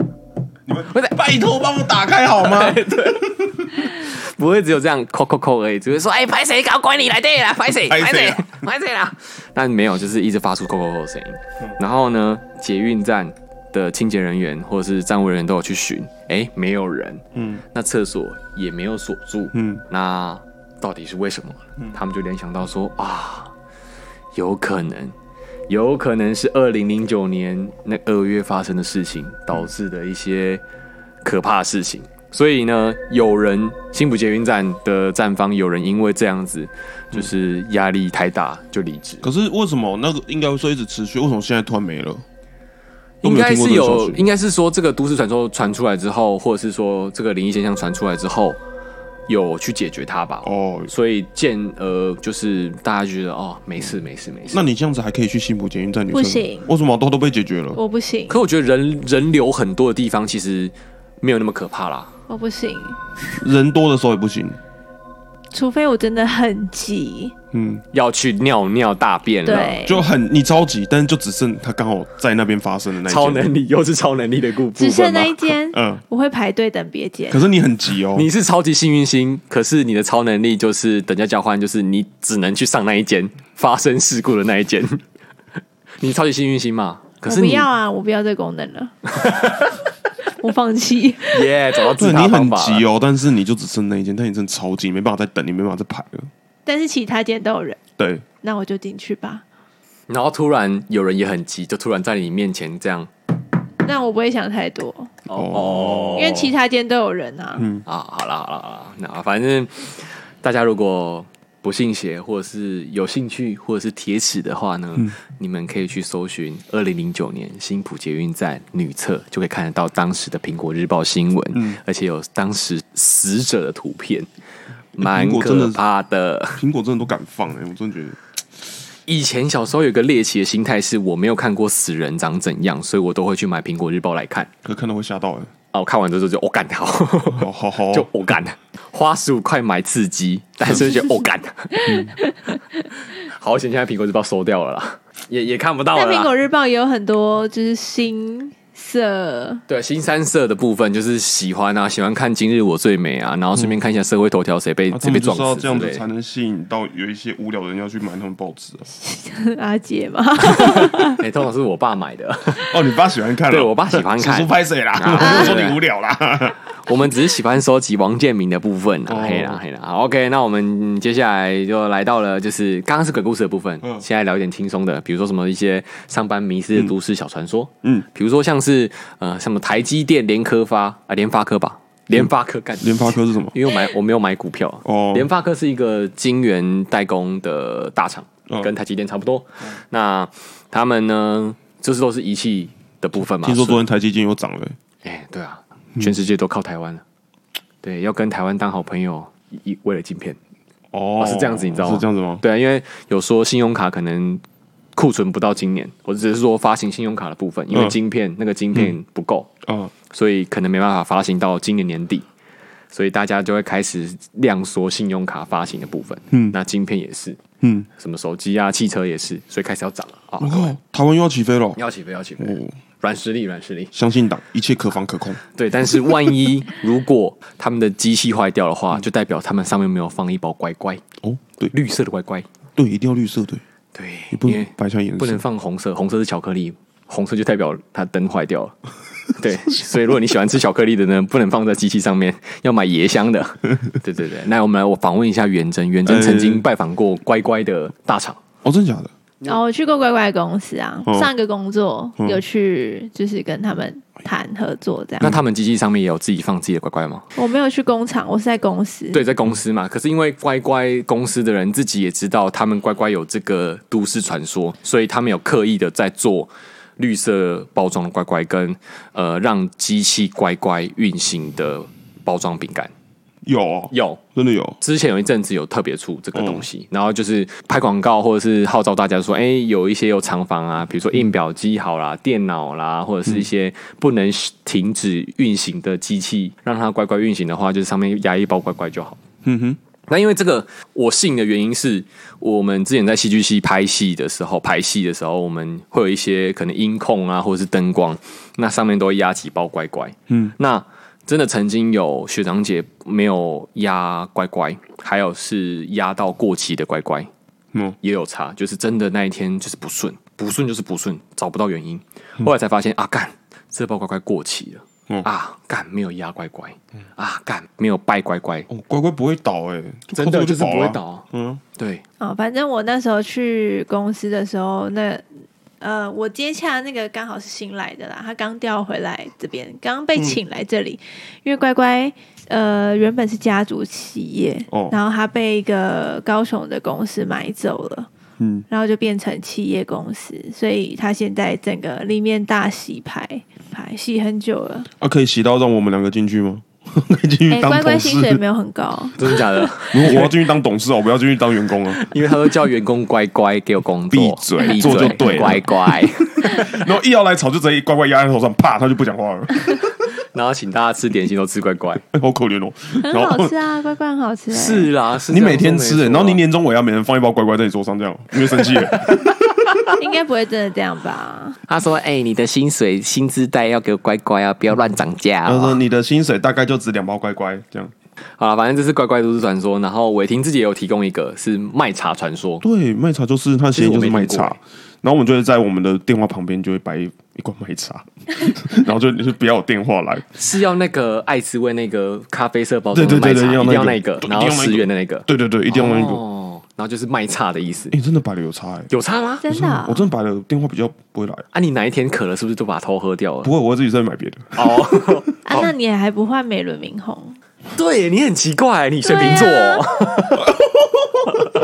[SPEAKER 2] 你们
[SPEAKER 1] 不是
[SPEAKER 2] 拜托帮我打开好 吗？
[SPEAKER 1] 不会只有这样扣扣扣而已，只会说哎拍谁搞关你来对啦，拍谁
[SPEAKER 2] 拍
[SPEAKER 1] 拍
[SPEAKER 2] 谁
[SPEAKER 1] 谁
[SPEAKER 2] 啊
[SPEAKER 1] 拍谁啦。但没有，就是一直发出扣扣扣的声音。然后呢，捷运站的清洁人员或者是站务人员都有去巡，哎、没有人，
[SPEAKER 2] 嗯
[SPEAKER 1] 那厕所也没有锁住，
[SPEAKER 2] 嗯，
[SPEAKER 1] 那到底是为什么？他们就联想到说啊，有可能，有可能是二零零九年那二月发生的事情导致的一些可怕的事情。所以呢，有人新浦捷运站的站方有人因为这样子，就是压力太大就离职。
[SPEAKER 2] 可是为什么那个应该说一直持续？为什么现在突然没了？都
[SPEAKER 1] 应
[SPEAKER 2] 没有
[SPEAKER 1] 该
[SPEAKER 2] 听过
[SPEAKER 1] 是
[SPEAKER 2] 这个消
[SPEAKER 1] 有，
[SPEAKER 2] 息
[SPEAKER 1] 应该是说这个都市传说传出来之后，或者是说这个灵异现象传出来之后，有去解决它吧。
[SPEAKER 2] 哦。
[SPEAKER 1] 所以见呃，就是大家觉得哦，没事没事没事。
[SPEAKER 2] 那你这样子还可以去新浦捷运站？女生
[SPEAKER 3] 不行
[SPEAKER 2] 为什么都都被解决了？
[SPEAKER 3] 我不行，
[SPEAKER 1] 可我觉得人人流很多的地方其实没有那么可怕啦。
[SPEAKER 3] 我不行，
[SPEAKER 2] 人多的时候也不行。
[SPEAKER 3] 除非我真的很急。
[SPEAKER 2] 嗯，
[SPEAKER 1] 要去尿尿大便了，
[SPEAKER 3] 对，
[SPEAKER 2] 就很你着急，但是就只剩他刚好在那边发生的那一
[SPEAKER 1] 超
[SPEAKER 2] 件
[SPEAKER 1] 能力又是超能力的故部
[SPEAKER 3] 只剩
[SPEAKER 1] 分吗
[SPEAKER 3] 那？一间，
[SPEAKER 2] 嗯，
[SPEAKER 3] 我会排队等别间
[SPEAKER 2] 可。是你很急哦，
[SPEAKER 1] 你是超级幸运星，可是你的超能力就是等价交换，就是你只能去上那一间发生事故的那一间。 你超级幸运星嘛？可
[SPEAKER 3] 我
[SPEAKER 1] 是
[SPEAKER 3] 不
[SPEAKER 1] 你
[SPEAKER 3] 要啊，我不要这功能 了，我放弃。
[SPEAKER 1] 耶找到自
[SPEAKER 2] 对
[SPEAKER 1] 杀
[SPEAKER 2] 你
[SPEAKER 1] 方
[SPEAKER 2] 很
[SPEAKER 1] 法啊了
[SPEAKER 2] 急哦，但是你就只剩那一件，但你真的超级没办法再等，你没办法再排了。
[SPEAKER 3] 但是其他间都有人，
[SPEAKER 2] 对，
[SPEAKER 3] 那我就进去吧。
[SPEAKER 1] 然后突然有人也很急，就突然在你面前这样
[SPEAKER 3] 那我不会想太多，
[SPEAKER 1] 哦
[SPEAKER 3] 因为其他间都有人啊。
[SPEAKER 1] 啊，好啦好啦好啦，那反正大家如果不信邪，或者是有兴趣，或者是铁齿的话呢，
[SPEAKER 2] 嗯
[SPEAKER 1] 你们可以去搜寻二零零九年新浦捷运站女厕，就可以看得到当时的苹果日报新闻，
[SPEAKER 2] 嗯
[SPEAKER 1] 而且有当时死者的图片。蛮
[SPEAKER 2] 苹果真的
[SPEAKER 1] 可怕的。
[SPEAKER 2] 苹果真的都敢放哎、我真的觉得
[SPEAKER 1] 以前小时候有一个猎奇的心态，是我没有看过死人长怎样，所以我都会去买苹果日报来看。
[SPEAKER 2] 可看到会吓到哎、
[SPEAKER 1] 哦，看完之后就我干好，
[SPEAKER 2] 好好好，
[SPEAKER 1] 就我干，花十五块买刺激，但是就觉得我干。好险，现在苹果日报收掉了啦，也也看不到
[SPEAKER 3] 但
[SPEAKER 1] 了
[SPEAKER 3] 苹
[SPEAKER 1] 啦。
[SPEAKER 3] 果日报也有很多就是新色，
[SPEAKER 1] 对，新三色的部分就是喜欢啊，喜欢看《今日我最美》啊，然后顺便看一下社会头条谁被
[SPEAKER 2] 啊、他
[SPEAKER 1] 谁被
[SPEAKER 2] 们就
[SPEAKER 1] 撞
[SPEAKER 2] 是要
[SPEAKER 1] 死
[SPEAKER 2] 这
[SPEAKER 1] 之
[SPEAKER 2] 样
[SPEAKER 1] 类
[SPEAKER 2] 子才
[SPEAKER 1] 的。
[SPEAKER 2] 能吸引到有一些无聊的人要去买他们报纸、啊。
[SPEAKER 3] 阿 姐嘛，
[SPEAKER 1] 哎，通常是我爸买的，
[SPEAKER 2] 哦，你爸喜欢看、啊？
[SPEAKER 1] 对我爸喜欢看
[SPEAKER 2] 叔叔拍谁啦？
[SPEAKER 1] 啊
[SPEAKER 2] 我就说
[SPEAKER 1] 对
[SPEAKER 2] 你无聊啦。
[SPEAKER 1] 我们只是喜欢收集王建民的部分啊，
[SPEAKER 2] 哦
[SPEAKER 1] 黑啦黑啦。好，OK，那我们接下来就来到了就是刚刚是鬼故事的部分，
[SPEAKER 2] 嗯
[SPEAKER 1] 现在聊一点轻松的，比如说什么一些上班迷失的都市小传说，
[SPEAKER 2] 嗯，
[SPEAKER 1] 比如说像是呃，什么台积电、联科发啊、联发科吧，联发科干
[SPEAKER 2] 嗯联发科 是什么？
[SPEAKER 1] 因为我买我没有买股票
[SPEAKER 2] 哦
[SPEAKER 1] 联发科是一个晶圆代工的大厂，
[SPEAKER 2] 哦嗯
[SPEAKER 1] 跟台积电差不多。那他们呢，就是都是仪器的部分嘛。
[SPEAKER 2] 听说昨
[SPEAKER 1] 所以
[SPEAKER 2] 天台积电又涨了、欸，
[SPEAKER 1] 哎，对啊，
[SPEAKER 2] 嗯
[SPEAKER 1] 全世界都靠台湾了。对，要跟台湾当好朋友，一为了晶片。
[SPEAKER 2] 哦
[SPEAKER 1] 哦是这样子你知道吗
[SPEAKER 2] 是这样子吗？
[SPEAKER 1] 对啊，因为有说信用卡可能库存不到今年，我只是说发行信用卡的部分，因为
[SPEAKER 2] 嗯
[SPEAKER 1] 晶片、那个晶片不够。
[SPEAKER 2] 啊，
[SPEAKER 1] 所以可能没办法发行到今年年底，所以大家就会开始量缩信用卡发行的部分。嗯，那晶片也是，
[SPEAKER 2] 嗯，
[SPEAKER 1] 什么手机啊、汽车也是，所以开始要涨了啊
[SPEAKER 2] 我、！靠，台湾又要起飞了。
[SPEAKER 1] 要起飞，要起飞，
[SPEAKER 2] 哦，
[SPEAKER 1] 软实力，软实力。
[SPEAKER 2] 相信党，一切可防可控。
[SPEAKER 1] 对，但是万一如果他们的机器坏掉的话，就代表他们上面没有放一包乖乖，
[SPEAKER 2] 哦，对
[SPEAKER 1] 绿色的乖乖。
[SPEAKER 2] 对，一定要绿色，对，
[SPEAKER 1] 对
[SPEAKER 2] 你，不
[SPEAKER 1] 因为
[SPEAKER 2] 能白穿颜色，
[SPEAKER 1] 不能放红色，红色是巧克力，红色就代表它灯坏掉了。 对，所以如果你喜欢吃巧克力的呢，不能放在机器上面，要买椰香 的。对对对，那我们来我访问一下元真，元真曾经拜访过乖乖的大厂，
[SPEAKER 2] 哦，真的假的？
[SPEAKER 3] 然后我去过乖乖公司啊，
[SPEAKER 2] 哦
[SPEAKER 3] 上一个工作
[SPEAKER 2] 嗯
[SPEAKER 3] 有去就是跟他们谈合作这
[SPEAKER 1] 那
[SPEAKER 3] 样。
[SPEAKER 1] 他们机器上面也有自己放自己的乖乖吗？
[SPEAKER 3] 我没有去工厂，我是在公司。
[SPEAKER 1] 对，在公司嘛。可是因为乖乖公司的人自己也知道，他们乖乖有这个都市传说，所以他们有刻意的在做绿色包装的乖乖跟呃让机器乖乖运行的包装饼干。
[SPEAKER 2] 有哦，
[SPEAKER 1] 有，
[SPEAKER 2] 真的有。
[SPEAKER 1] 之前有一阵子有特别出这个东西，然后就是拍广告或者是号召大家说，哎、有一些有厂房啊，比如说印表机好啦、电脑啦，或者是一些不能停止运行的机器，让它乖乖运行的话，就是上面压一包乖乖就好。
[SPEAKER 2] 嗯哼，
[SPEAKER 1] 那因为这个我信的原因是我们之前在戏剧系拍戏的时候，排戏的时候，我们会有一些可能音控啊，或者是灯光，那上面都会压几包乖乖。嗯，那真的曾经有学长姐没有压乖乖，还有是压到过期的乖乖，
[SPEAKER 2] 嗯，
[SPEAKER 1] 也有差，就是真的那一天就是不顺，不顺就是不顺，找不到原因。后来才发现啊，干这包乖乖过期了。
[SPEAKER 2] 嗯
[SPEAKER 1] 啊，干没有压乖乖，啊干没有拜乖乖，
[SPEAKER 2] 哦，乖乖不会倒哎、就
[SPEAKER 1] 真的
[SPEAKER 2] 靠这个
[SPEAKER 1] 就是不会
[SPEAKER 2] 了
[SPEAKER 1] 倒啊。
[SPEAKER 2] 嗯，
[SPEAKER 1] 对，
[SPEAKER 3] 哦，反正我那时候去公司的时候，那呃，我接洽那个刚好是新来的啦，他刚调回来这边，刚被请来这里，因为乖乖呃原本是家族企业，
[SPEAKER 2] 哦
[SPEAKER 3] 然后他被一个高雄的公司买走了。
[SPEAKER 2] 嗯，
[SPEAKER 3] 然后就变成企业公司，所以他现在整个里面大洗牌，牌洗很久了。
[SPEAKER 2] 啊，可以洗到让我们两个进去吗？ 可以进
[SPEAKER 3] 哎，
[SPEAKER 2] 去当
[SPEAKER 3] 乖乖
[SPEAKER 2] 董
[SPEAKER 3] 薪水
[SPEAKER 2] 事？
[SPEAKER 3] 没有很高，
[SPEAKER 1] 真的假 的？
[SPEAKER 2] 如果我要进去当董事哦，我不要进去当员工啊。
[SPEAKER 1] 因为他都叫员工乖乖给我工作，
[SPEAKER 2] 闭嘴
[SPEAKER 1] 闭
[SPEAKER 2] 做就对了
[SPEAKER 1] 乖乖。
[SPEAKER 2] 然后一要来吵，就直接乖乖压在头上，啪，他就不讲话了，
[SPEAKER 1] 然后请大家吃点心都吃乖乖。
[SPEAKER 2] 哎好可怜哦。
[SPEAKER 3] 很
[SPEAKER 2] 然
[SPEAKER 3] 好
[SPEAKER 2] 后
[SPEAKER 3] 吃啊，乖乖很好吃、欸。
[SPEAKER 1] 是啦，是
[SPEAKER 2] 你
[SPEAKER 1] 这样
[SPEAKER 2] 每天吃、
[SPEAKER 1] 说没
[SPEAKER 2] 哎
[SPEAKER 1] 错啊
[SPEAKER 2] 然后你年终尾要每人放一包乖乖在你桌上，这样你会生 气的。
[SPEAKER 3] 应该不会真的这样吧？
[SPEAKER 4] 他说：“哎、你的薪水薪资袋要给我乖乖啊，不要乱涨价、
[SPEAKER 2] 他
[SPEAKER 4] 哦。
[SPEAKER 2] 说你的薪水大概就值两包乖乖这样。
[SPEAKER 1] 好了，反正这是乖乖都市传说。然后伟霆自己也有提供一个是卖茶传说，
[SPEAKER 2] 对，卖茶就是它的谐音就是卖茶，
[SPEAKER 1] 欸
[SPEAKER 2] 然后我们就会在我们的电话旁边就会摆一一罐麦茶， 然后就就是不要有电话来，
[SPEAKER 1] 是要那个爱滋味那个咖啡色包装的
[SPEAKER 2] 对对
[SPEAKER 1] 卖
[SPEAKER 2] 对
[SPEAKER 1] 茶，
[SPEAKER 2] 对
[SPEAKER 1] 一定要
[SPEAKER 2] 要
[SPEAKER 1] 那
[SPEAKER 2] 那个
[SPEAKER 1] 个，
[SPEAKER 2] 对
[SPEAKER 1] 然后
[SPEAKER 2] 一定要那个
[SPEAKER 1] 十元的那个，
[SPEAKER 2] 对对对，一定要那个。
[SPEAKER 1] 哦，然后就是卖茶的意思。
[SPEAKER 2] 哎、真的摆了有差哎、
[SPEAKER 1] 有差吗？
[SPEAKER 3] 真的啊、
[SPEAKER 2] 我真的摆了电话比较不会来，
[SPEAKER 1] 啊，你哪一天渴了，是不是都把它偷喝掉了
[SPEAKER 2] 不？会，我会自己再买别的。
[SPEAKER 1] 哦，
[SPEAKER 3] 啊，那你还不换美轮明宏？
[SPEAKER 1] 对你很奇怪，你水瓶座哦，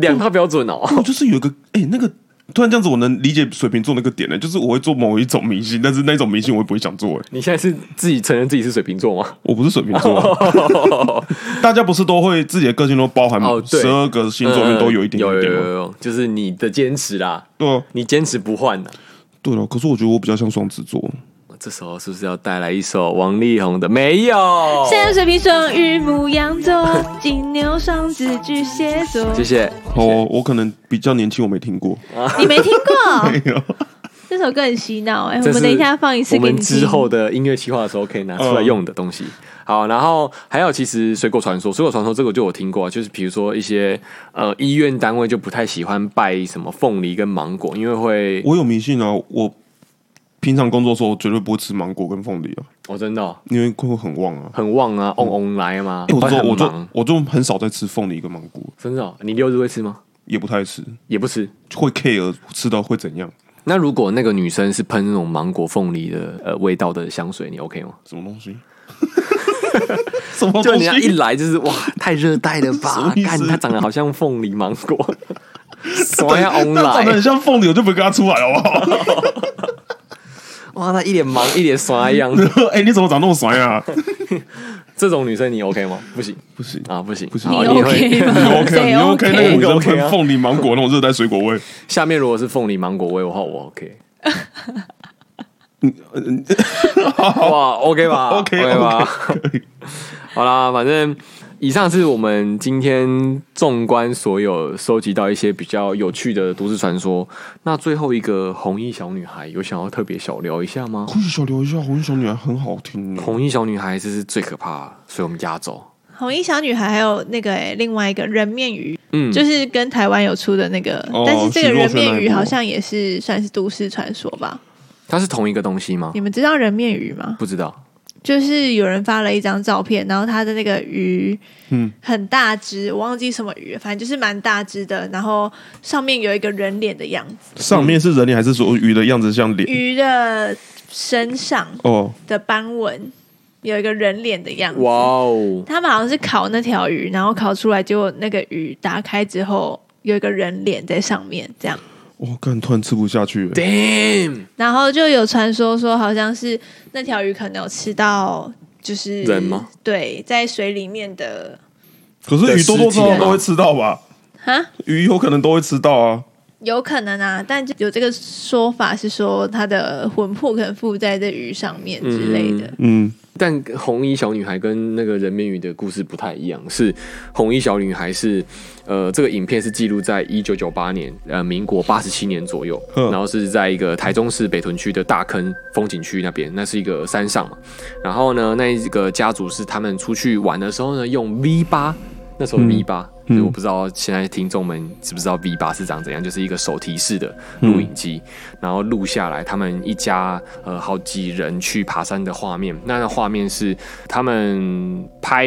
[SPEAKER 1] 两套标准哦。
[SPEAKER 2] 我就是有一个哎、那个突然这样子，我能理解水瓶座那个点呢、就是我会做某一种明星，但是那种明星我也不会想做哎、
[SPEAKER 1] 你现在是自己承认自己是水瓶座 吗？
[SPEAKER 2] 我不是水瓶座
[SPEAKER 1] 哦
[SPEAKER 2] 啊、大家不是都会自己的个性都包含
[SPEAKER 1] 哦对嗯
[SPEAKER 2] 十二个星座里面都有一点
[SPEAKER 1] 呃有有
[SPEAKER 2] 一点
[SPEAKER 1] 有
[SPEAKER 2] 吗？
[SPEAKER 1] 有，就是你的坚持啦，
[SPEAKER 2] 对啊，
[SPEAKER 1] 你坚持不换的。
[SPEAKER 2] 对啊了，可是我觉得我比较像双子座。
[SPEAKER 1] 这时候是不是要带来一首王力宏的《没有》？
[SPEAKER 3] 现在水瓶、双鱼、母羊座、金牛、双子、巨蟹座，
[SPEAKER 1] 谢谢。
[SPEAKER 2] 哦，我可能比较年轻，我没听过。
[SPEAKER 3] 你没听 过
[SPEAKER 2] 有，
[SPEAKER 3] 这首歌很洗脑哎、
[SPEAKER 1] 这是
[SPEAKER 3] 我们等一下放一次
[SPEAKER 1] 我
[SPEAKER 3] 给
[SPEAKER 1] 们
[SPEAKER 3] 你听嗯
[SPEAKER 1] 之后的音乐企划的时候可以拿出来用的东西。好，然后还有其实水果传说，水果传说这个我就有听过啊，就是比如说一些呃医院单位就不太喜欢拜什么凤梨跟芒果，因为会
[SPEAKER 2] 我有迷信啊。我平常工作的时候，我绝对不会吃芒果跟凤梨啊，
[SPEAKER 1] 哦真的哦、
[SPEAKER 2] 因为会很旺啊。
[SPEAKER 1] 很旺啊，
[SPEAKER 3] 嗯
[SPEAKER 1] 嗡嗡来嘛，
[SPEAKER 2] 哎、我
[SPEAKER 1] 会
[SPEAKER 2] 就
[SPEAKER 1] 很
[SPEAKER 2] 我就
[SPEAKER 1] 忙
[SPEAKER 2] 我就很少在吃凤梨跟芒果，
[SPEAKER 1] 真的哦、你六日会吃吗？
[SPEAKER 2] 也不太吃，
[SPEAKER 1] 也不吃。
[SPEAKER 2] 会 care 吃到会怎样？
[SPEAKER 1] 那如果那个女生是喷那种芒果、凤梨的呃味道的香水，你 OK 吗？
[SPEAKER 2] 什么东西？ 什么
[SPEAKER 1] 就
[SPEAKER 2] 东
[SPEAKER 1] 人家一
[SPEAKER 2] 西？
[SPEAKER 1] 来就是哇， 太热带了
[SPEAKER 2] 什
[SPEAKER 1] 吧
[SPEAKER 2] 么？意思
[SPEAKER 1] 看她长得好像凤梨芒 果，什么
[SPEAKER 2] 对
[SPEAKER 1] 呀？翁
[SPEAKER 2] 那长得
[SPEAKER 1] 来
[SPEAKER 2] 很像凤梨，我就不会跟他出来，好不好？
[SPEAKER 1] 哇，她一脸忙一脸耍样，
[SPEAKER 2] 哎、你怎么长那么帅 啊？
[SPEAKER 1] 这种女生你 OK 吗？不行
[SPEAKER 2] 不行，
[SPEAKER 1] 啊，不行，不
[SPEAKER 2] 行
[SPEAKER 3] 你 OK
[SPEAKER 2] 你
[SPEAKER 3] 吗？
[SPEAKER 2] OK，
[SPEAKER 3] 谁
[SPEAKER 2] 你 OK，那个女生
[SPEAKER 1] OK 啊
[SPEAKER 2] 喷凤梨、芒果那种热带水果味，
[SPEAKER 1] 下面如果是凤梨芒果味的话，我 OK。哇，OK 吧
[SPEAKER 2] OK，
[SPEAKER 1] 吧。 好啦，反正以上是我们今天纵观所有收集到一些比较有趣的都市传说。那最后一个红衣小女孩，有想要特别小聊一下吗？
[SPEAKER 2] 红衣小聊一下，红衣小女孩很好听、哦
[SPEAKER 1] 红衣小女孩这是最可怕的，所以我们压轴。
[SPEAKER 3] 红衣小女孩还有那个、哎另外一个人面鱼，
[SPEAKER 1] 嗯，
[SPEAKER 3] 就是跟台湾有出的那个，
[SPEAKER 2] 哦
[SPEAKER 3] 但是这个人面
[SPEAKER 2] 徐若瑄那一
[SPEAKER 3] 鱼
[SPEAKER 2] 部
[SPEAKER 3] 好像也是算是都市传说吧？
[SPEAKER 1] 它是同一个东西吗
[SPEAKER 3] 你？们知道人面鱼吗？
[SPEAKER 1] 不知道。
[SPEAKER 3] 就是有人发了一张照片，然后他的那个鱼，
[SPEAKER 2] 嗯
[SPEAKER 3] 嗯，很大只，我忘记什么鱼了，反正就是蛮大只的，然后上面有一个人脸的样子，
[SPEAKER 2] 上面是人脸还是说鱼的样子像脸？
[SPEAKER 3] 鱼的身上
[SPEAKER 2] 哦，
[SPEAKER 3] 的斑纹有一个人脸的样子。
[SPEAKER 1] 哇哦，
[SPEAKER 3] 他们好像是烤那条鱼，然后烤出来，结果那个鱼打开之后有一个人脸在上面，这样。
[SPEAKER 2] 我干，突然吃不下去了。
[SPEAKER 1] damn，
[SPEAKER 3] 然后就有传说说，好像是那条鱼可能有吃到，就是
[SPEAKER 1] 人吗？
[SPEAKER 3] 对，在水里面的
[SPEAKER 2] 可是鱼多多少少都会吃到吧？
[SPEAKER 3] 哈，
[SPEAKER 2] 鱼有可能都会吃到啊。
[SPEAKER 3] 有可能啊，但就有这个说法是说他的魂魄可能附在这鱼上面之类的。
[SPEAKER 2] 嗯，
[SPEAKER 1] 但红衣小女孩跟那个人面鱼的故事不太一样，是红衣小女孩是，呃，这个影片是记录在一九九八年，呃，民国八十七年左右，
[SPEAKER 2] 嗯
[SPEAKER 1] 然后是在一个台中市北屯区的大坑风景区那边，那是一个山上嘛。然后呢，那一个家族是他们出去玩的时候呢，用 V 八那时候的 V 八、
[SPEAKER 2] 嗯
[SPEAKER 1] 所以我不知道现在听众们知不知道 V 八是长怎样，就是一个手提式的
[SPEAKER 2] 嗯
[SPEAKER 1] 录影机，然后录下来他们一家呃好几人去爬山的画面。那那画面是他们拍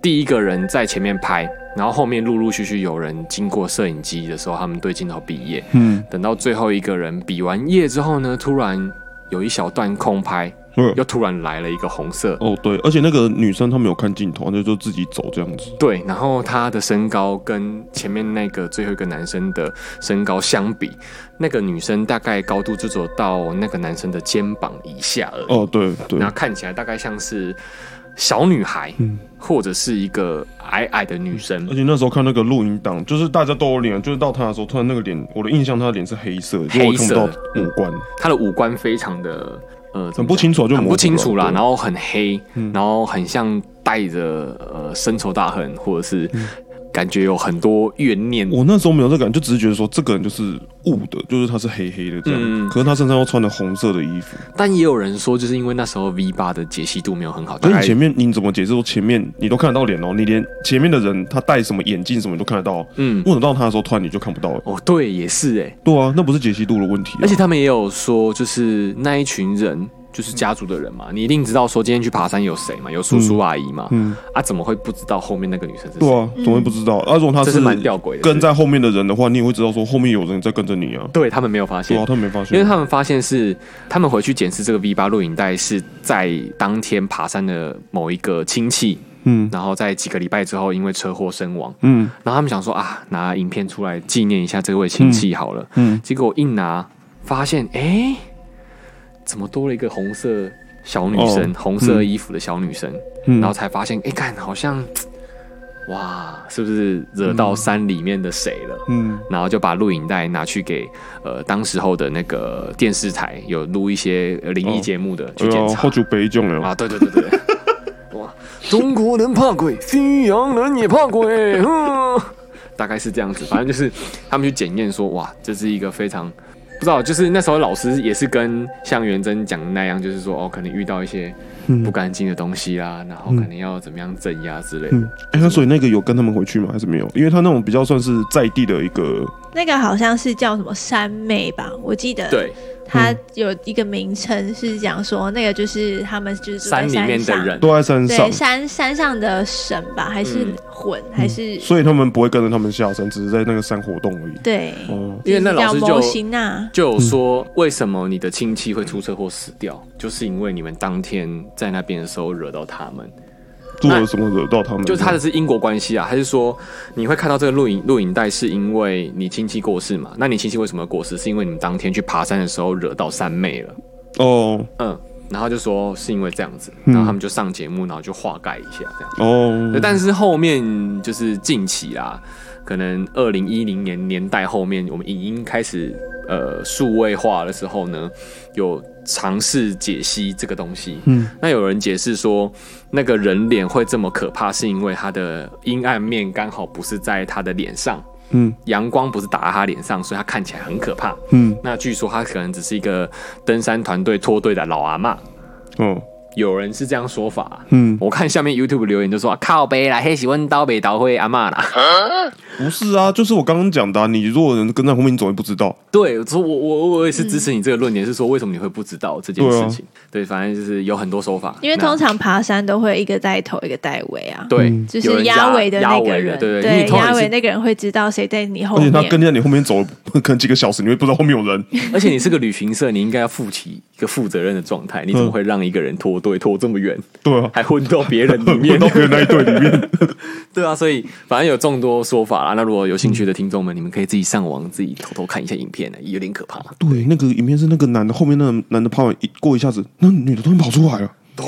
[SPEAKER 1] 第一个人在前面拍，然后后面陆陆续续有人经过摄影机的时候，他们对镜头比耶。
[SPEAKER 2] 嗯
[SPEAKER 1] 等到最后一个人比完耶之后呢，突然有一小段空拍，
[SPEAKER 2] 嗯
[SPEAKER 1] 又突然来了一个红色。
[SPEAKER 2] 哦对，而且那个女生她没有看镜头，她就就自己走这样子。
[SPEAKER 1] 对，然后他的身高跟前面那个最后一个男生的身高相比，那个女生大概高度就走到那个男生的肩膀以下而已。
[SPEAKER 2] 哦对对
[SPEAKER 1] 然，后看起来大概像是小女孩，
[SPEAKER 2] 嗯
[SPEAKER 1] 或者是一个矮矮的女生
[SPEAKER 2] 而，且那时候看那个录影档，就是大家都有脸，就是到她的时候，突然那个脸，我的印象她的脸是黑色的，就我
[SPEAKER 1] 黑
[SPEAKER 2] 看
[SPEAKER 1] 色
[SPEAKER 2] 不
[SPEAKER 1] 的
[SPEAKER 2] 到五官。
[SPEAKER 1] 她的五官非常的呃怎么
[SPEAKER 2] 很不清楚
[SPEAKER 1] 讲
[SPEAKER 2] 就模糊
[SPEAKER 1] 很
[SPEAKER 2] 了
[SPEAKER 1] 不清楚啦，
[SPEAKER 2] 对嗯
[SPEAKER 1] 然后很黑，然后很像带着呃深仇大恨，或者是感觉有很多怨念。
[SPEAKER 2] 嗯我那时候没有这感觉，就只是觉得说这个人就是雾的，就是他是黑黑的这样，
[SPEAKER 1] 嗯
[SPEAKER 2] 可是他身上又穿了红色的衣服。
[SPEAKER 1] 但也有人说，就是因为那时候 V 八的解析度没有很好，大
[SPEAKER 2] 可是
[SPEAKER 1] 概
[SPEAKER 2] 你前面你怎么解释说前面你都看得到脸哦，你连前面的人他戴什么眼镜什么你都看得到，哦
[SPEAKER 1] 嗯
[SPEAKER 2] 问到他的时候突然你就看不到了。
[SPEAKER 1] 哦对，也是哎、
[SPEAKER 2] 对啊，那不是解析度的问题、啊，
[SPEAKER 1] 而且他们也有说，就是那一群人，就是家族的人嘛，你一定知道说今天去爬山有谁嘛，有叔叔阿姨嘛，啊，怎么会不知道后面那个女生是
[SPEAKER 2] 嗯对
[SPEAKER 1] 谁？
[SPEAKER 2] 啊，怎么会不知道？啊，如果他
[SPEAKER 1] 嗯这是蛮吊诡的
[SPEAKER 2] 跟在后面的人的话，你也会知道说后面有人在跟着你啊。
[SPEAKER 1] 对他们没有发现
[SPEAKER 2] 对啊，，他没发现，
[SPEAKER 1] 因为他们发现是他们回去检视这个 V 八录影带是在当天爬山的某一个亲戚，
[SPEAKER 2] 嗯
[SPEAKER 1] 然后在几个礼拜之后因为车祸身亡，
[SPEAKER 2] 嗯
[SPEAKER 1] 然后他们想说啊，拿影片出来纪念一下这位亲戚好了。
[SPEAKER 2] 嗯
[SPEAKER 1] 结果一拿，发现哎、诶怎么多了一个红色小女生，
[SPEAKER 2] 哦
[SPEAKER 1] 红色衣服的小女生，
[SPEAKER 2] 嗯，
[SPEAKER 1] 然后才发现哎，看、好像哇，是不是惹到山里面的谁了？
[SPEAKER 2] 嗯
[SPEAKER 1] 然后就把录影带拿去给呃当时候的那个电视台有录一些呃灵异节目的、去检
[SPEAKER 2] 哎呀
[SPEAKER 1] 查
[SPEAKER 2] 好久北囧了，
[SPEAKER 1] 啊，对对对对对。哇，中国人怕鬼，西洋人也怕鬼，哼， 大概是这样子。反正就是他们去检验说，哇，这是一个非常不知道，就是那时候老师也是跟像元真讲的那样，就是说哦，可能遇到一些不干净的东西啦，然后可能要怎么样镇压之类的。
[SPEAKER 2] 嗯，哎、那所以那个有跟他们回去吗？还是没有？因为他那种比较算是在地的一个，
[SPEAKER 3] 那个好像是叫什么山妹吧，我记得。
[SPEAKER 1] 对，
[SPEAKER 3] 它有一个名称是讲说，那个就是他们就是住在
[SPEAKER 1] 山里面的
[SPEAKER 3] 上
[SPEAKER 1] 人，
[SPEAKER 2] 都在山上
[SPEAKER 3] 对，山山上的神吧，还是
[SPEAKER 1] 嗯
[SPEAKER 3] 魂，还是
[SPEAKER 2] 所以他们不会跟着他们下山，只是在那个山活动而已。
[SPEAKER 3] 对，
[SPEAKER 2] 哦，
[SPEAKER 1] 因为那老师
[SPEAKER 3] 叫摩
[SPEAKER 1] 就
[SPEAKER 3] 西娜，
[SPEAKER 1] 就有说，为什么你的亲戚会出车祸死掉，就是因为你们当天在那边的时候惹到他们。
[SPEAKER 2] 做了什么惹到他们？
[SPEAKER 1] 就是他的是因果关系啊，还是说你会看到这个录影录影带是因为你亲戚过世嘛？那你亲戚为什么过世？是因为你们当天去爬山的时候惹到三妹了，
[SPEAKER 2] 哦
[SPEAKER 1] 嗯，然后就说是因为这样子，然后他们就上节目，然后就化盖一下这样。
[SPEAKER 2] 哦
[SPEAKER 1] 对，但是后面就是近期啦，可能二零一零年年代后面，我们影音开始呃数位化的时候呢，有尝试解析这个东西。嗯，那有人解释说，那个人脸会这么可怕，是因为它的阴暗面刚好不是在他的脸上。
[SPEAKER 2] 嗯，
[SPEAKER 1] 阳光不是打在他脸上，所以他看起来很可怕。
[SPEAKER 2] 嗯
[SPEAKER 1] 那据说他可能只是一个登山团队脱队的老阿嬷，
[SPEAKER 2] 哦
[SPEAKER 1] 有人是这样说法啊、
[SPEAKER 2] 嗯，
[SPEAKER 1] 我看下面 YouTube 留言就说、啊、靠背啦，黑喜欢刀北刀会阿嬷啦。
[SPEAKER 2] 不是啊，就是我刚刚讲的、啊，你如果有人跟在后面，你总会不知道。
[SPEAKER 1] 对，所以我我我也是支持你这个论点，是说为什么你会不知道这件事情？
[SPEAKER 2] 啊
[SPEAKER 1] 对，反正就是有很多手法，
[SPEAKER 3] 因为
[SPEAKER 1] 那
[SPEAKER 3] 通常爬山都会一个带头，一个带尾啊，
[SPEAKER 1] 对，
[SPEAKER 3] 就
[SPEAKER 1] 有
[SPEAKER 3] 是
[SPEAKER 1] 人
[SPEAKER 3] 压尾的那
[SPEAKER 1] 压
[SPEAKER 3] 个
[SPEAKER 1] 尾
[SPEAKER 3] 人，
[SPEAKER 1] 对因为通
[SPEAKER 3] 压
[SPEAKER 1] 常
[SPEAKER 3] 尾
[SPEAKER 1] 是，
[SPEAKER 3] 那个人会知道谁在你后
[SPEAKER 2] 而且
[SPEAKER 3] 面，
[SPEAKER 2] 他跟在你后面走了， 可能几个小时，你会不知道后面有 人。
[SPEAKER 1] 而且你是个旅行社，你应该要负起一个负责任的状态，你怎么会让一个人拖队拖这么远，
[SPEAKER 2] 对啊，
[SPEAKER 1] 还混到别人里面
[SPEAKER 2] 混？到别人那一队里面。
[SPEAKER 1] 对啊，所以反正有众多说法啦。那如果有兴趣
[SPEAKER 2] 嗯
[SPEAKER 1] 的听众们，你们可以自己上网自己偷偷看一下影片呢，有点可怕。
[SPEAKER 2] 对，那个影片是那个男的，后面那个男的拍完一过一下子，那女的突然跑出来了。
[SPEAKER 1] 对，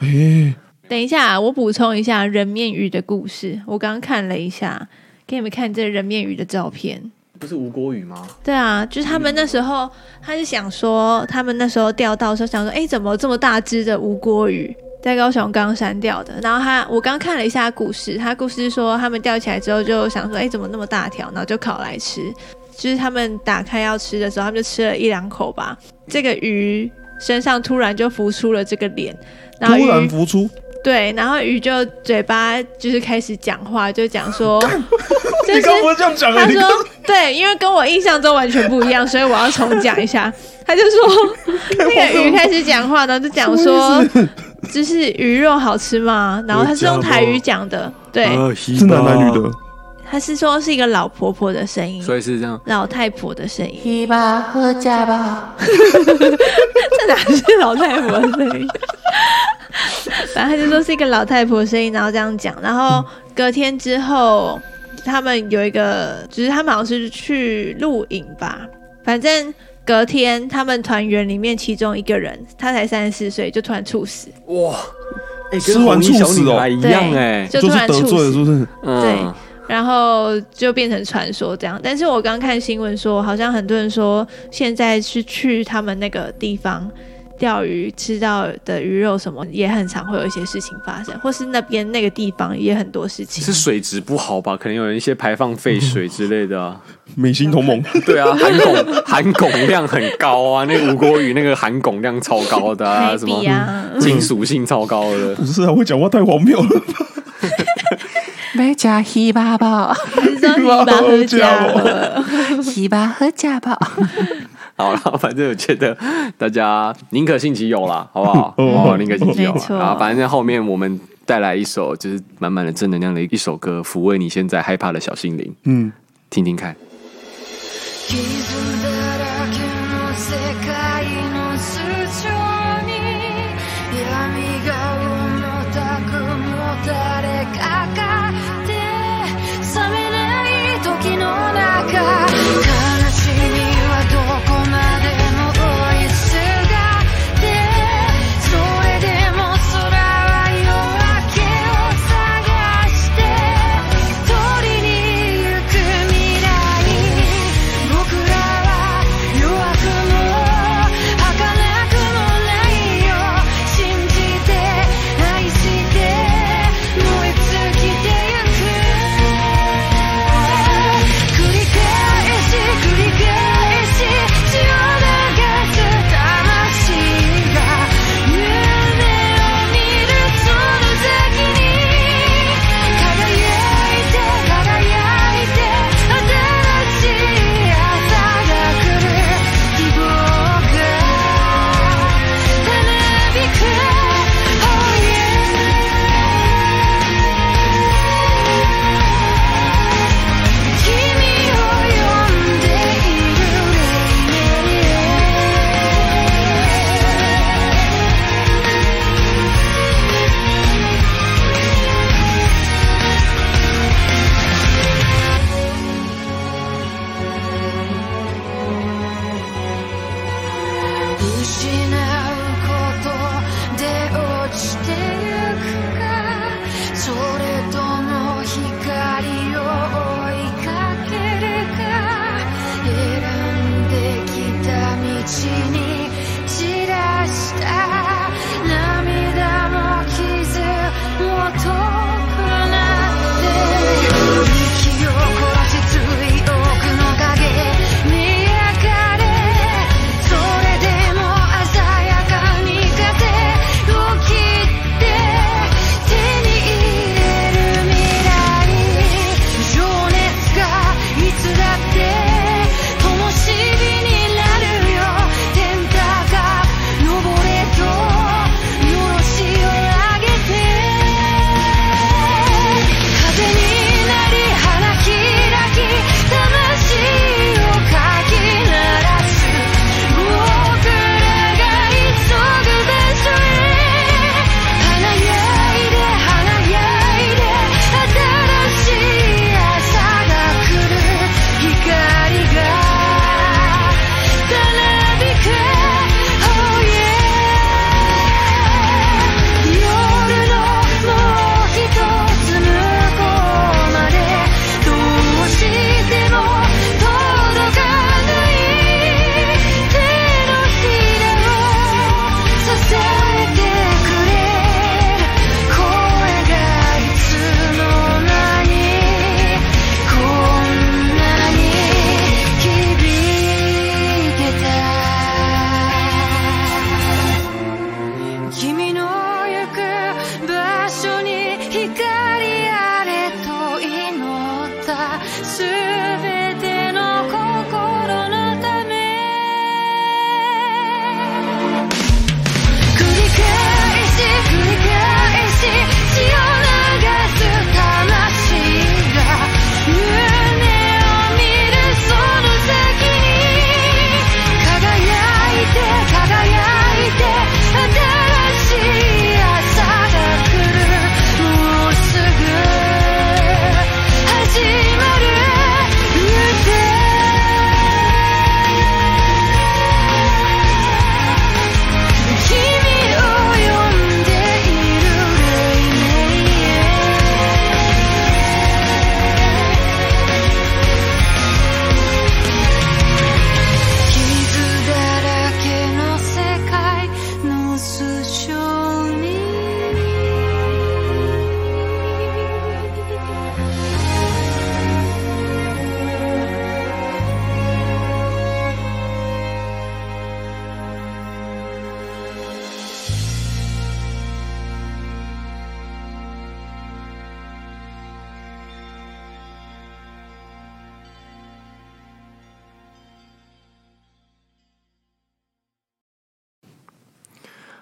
[SPEAKER 2] 哎、
[SPEAKER 3] 等一下，我补充一下人面鱼的故事。我刚刚看了一下，给你们看这人面鱼的照片。
[SPEAKER 1] 不是吴国宇吗？
[SPEAKER 3] 对啊，就是他们那时候，他是想说，他们那时候钓到的时候想说，哎，怎么这么大只的无锅鱼，在高雄刚删掉的。然后他，我刚看了一下故事，他故事是说他们钓起来之后就想说，哎，怎么那么大条，然后就烤来吃。就是他们打开要吃的时候，他们就吃了一两口吧。这个鱼身上突然就浮出了这个脸，然后
[SPEAKER 2] 突然
[SPEAKER 3] 鱼
[SPEAKER 2] 浮出，
[SPEAKER 3] 对，然后鱼就嘴巴就是开始讲话，就讲 说，就
[SPEAKER 2] 你
[SPEAKER 3] 是
[SPEAKER 2] 刚不是这样讲的？
[SPEAKER 3] 他
[SPEAKER 2] 你刚
[SPEAKER 3] 说对，因为跟我印象中完全不一样，所以我要重讲 一下。他就说那个鱼开始讲话呢，就讲说就是鱼肉好吃吗？然后他是用台语讲的，对，
[SPEAKER 1] 啊
[SPEAKER 2] 是男男女的，
[SPEAKER 3] 他是说是一个老婆婆的声音，
[SPEAKER 1] 所以是这样。
[SPEAKER 3] 老太婆的声音。
[SPEAKER 6] 提吧，喝家吧。
[SPEAKER 3] 这哪是老太婆的声音？ 反正他就说是一个老太婆的声音，然后这样讲，然后隔天之后，他们有一个，就是他们好像是去露营吧，反正隔天他们团员里面其中一个人，他才三十四岁，就突然猝死，
[SPEAKER 1] 哇，哎、
[SPEAKER 2] 吃
[SPEAKER 1] 跟
[SPEAKER 2] 完
[SPEAKER 1] 红衣小
[SPEAKER 2] 猝死
[SPEAKER 1] 女
[SPEAKER 2] 哦
[SPEAKER 1] 孩一
[SPEAKER 3] 对
[SPEAKER 1] 样哎、
[SPEAKER 3] 就
[SPEAKER 2] 就
[SPEAKER 3] 突
[SPEAKER 2] 是
[SPEAKER 3] 然
[SPEAKER 2] 得
[SPEAKER 3] 猝
[SPEAKER 2] 罪了，
[SPEAKER 3] 死。
[SPEAKER 2] 是不是？
[SPEAKER 1] 嗯，
[SPEAKER 3] 然后就变成传说这样，但是我刚看新闻说，好像很多人说现在是去他们那个地方钓鱼，吃到的鱼肉什么，也很常会有一些事情发生，或是那边那个地方也很多事情
[SPEAKER 1] 是。水质不好吧？可能有一些排放废水之类的、啊。
[SPEAKER 2] 美心同 盟，
[SPEAKER 1] 对啊， 含汞含汞量很高啊，那个吴国宇那个含汞量超高的啊，什么
[SPEAKER 3] maybe 啊，
[SPEAKER 1] 金属性超高的。
[SPEAKER 2] 不是啊，我讲话太荒谬了。
[SPEAKER 6] 买加希巴 吧，
[SPEAKER 3] 还是 说你把喝加了？
[SPEAKER 6] 希巴喝家吧。
[SPEAKER 1] 好了，反正我觉得大家宁可信其有啦，好不好？
[SPEAKER 2] 哦
[SPEAKER 1] 哦，宁可信其有
[SPEAKER 3] 没
[SPEAKER 1] 啦。
[SPEAKER 3] 错
[SPEAKER 1] 然后反正后面我们带来一首就是满满的正能量的一首歌，抚慰你现在害怕的小心灵，
[SPEAKER 2] 嗯，
[SPEAKER 1] 听听看。
[SPEAKER 5] 傷だらけの世界の数兆に闇が重たくもたれかかって冷めない時の中悲しみはどこまでも追いすがってそれでも空は夜明けを探して取りに行く未来僕らは弱くも儚くもないよ信じて愛して燃え尽きてゆく繰り返し繰り返し血を流す魂が夢を見るその先に輝いて輝いて新しい朝が来る希望がたなびく Oh yeah 君を呼んでいる Yeah 失うことで落ちてゆくかそれとも光を追いかけるか選んできた道に散らした涙も傷も遠くなって息を殺し強い奥の影に焼かれそれでも鮮や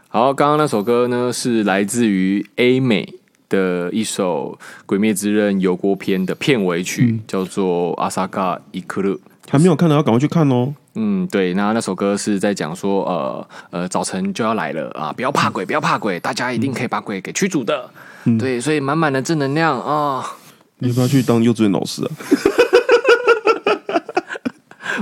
[SPEAKER 1] 好，刚刚那首歌呢是来自于 A 美的一首《鬼灭之刃》油锅篇的片尾曲，叫做《阿萨嘎伊克勒》。
[SPEAKER 2] 还没有看的要赶快去看哦。
[SPEAKER 1] 嗯，对，那那首歌是在讲说，呃呃，早晨就要来了啊，不要怕鬼，不要怕鬼，大家一定可以把鬼给驱逐的。对，所以满满的正能量啊、
[SPEAKER 2] 你要不要去当幼稚园老师啊？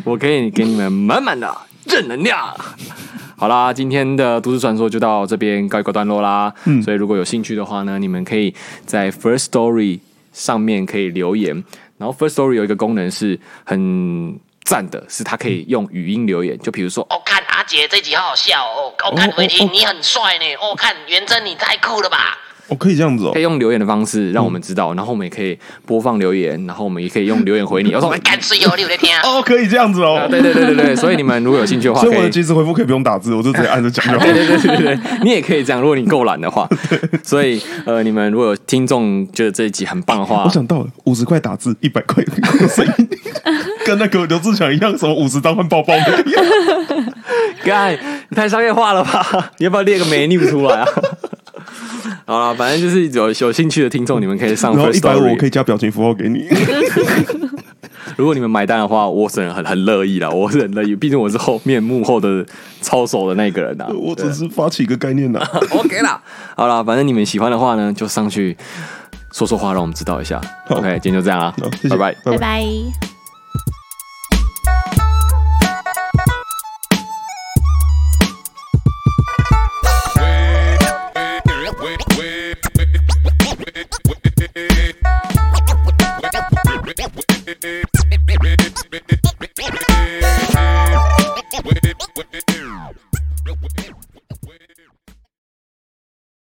[SPEAKER 1] 我可以给你们满满的正能量。 好啦，今天的都市传说就到这边告一个段落啦。所以如果有兴趣的话呢，你们可以在 First Story 上面可以留言。然后 First Story 有一个功能是很赞的，是它可以用语音留言。就比如说，哦，
[SPEAKER 7] 哦，看阿杰这集好好笑哦，哦，看伟霆你很帅呢，哦，看元真你太酷了吧。
[SPEAKER 2] 哦，可以这样子哦
[SPEAKER 1] 可以。用留言的方式让我们知道，然后我们也可以播放留言，然后我们也可以用留言回 你。我说，哎干
[SPEAKER 7] 干水哦，你有在 听？
[SPEAKER 2] 哦，可以这样子
[SPEAKER 1] 啊
[SPEAKER 2] 哦。
[SPEAKER 1] 对对对对对，所以你们如果有兴趣的话，
[SPEAKER 2] 所以我
[SPEAKER 1] 可
[SPEAKER 2] 的
[SPEAKER 1] 以
[SPEAKER 2] 即时回复可以不用打字，我就直接按着讲就好
[SPEAKER 1] 对。对对对对，对你也可以这样，如果你够懒的话。所以呃，你们如果有听众觉得这一集很棒的话
[SPEAKER 2] 我，想到了，五十块打字，一百 块声音，跟那个刘志强一样，什么五十当换包包的一样。
[SPEAKER 1] 干，你太商业化了吧？ 你要不要列个 menu 出来啊？ 好了，反正就是有有兴趣的听众，你们可以上
[SPEAKER 2] 然后
[SPEAKER 1] First
[SPEAKER 2] 一百五我可
[SPEAKER 1] Story。
[SPEAKER 2] 以加表情符号给你。
[SPEAKER 1] 如果你们买单的话，我是很很乐意啦，我是很乐意，毕竟我是后面幕后的操守的那个人啊。
[SPEAKER 2] 我只是发起一个概念 呐、
[SPEAKER 4] ，OK 啦，
[SPEAKER 1] 好啦，反正你们喜欢的话呢，就上去说说话，让我们知道一下。
[SPEAKER 2] 好
[SPEAKER 1] OK，今天就这样啦
[SPEAKER 2] 好，谢谢，
[SPEAKER 1] 拜拜。
[SPEAKER 3] 拜拜。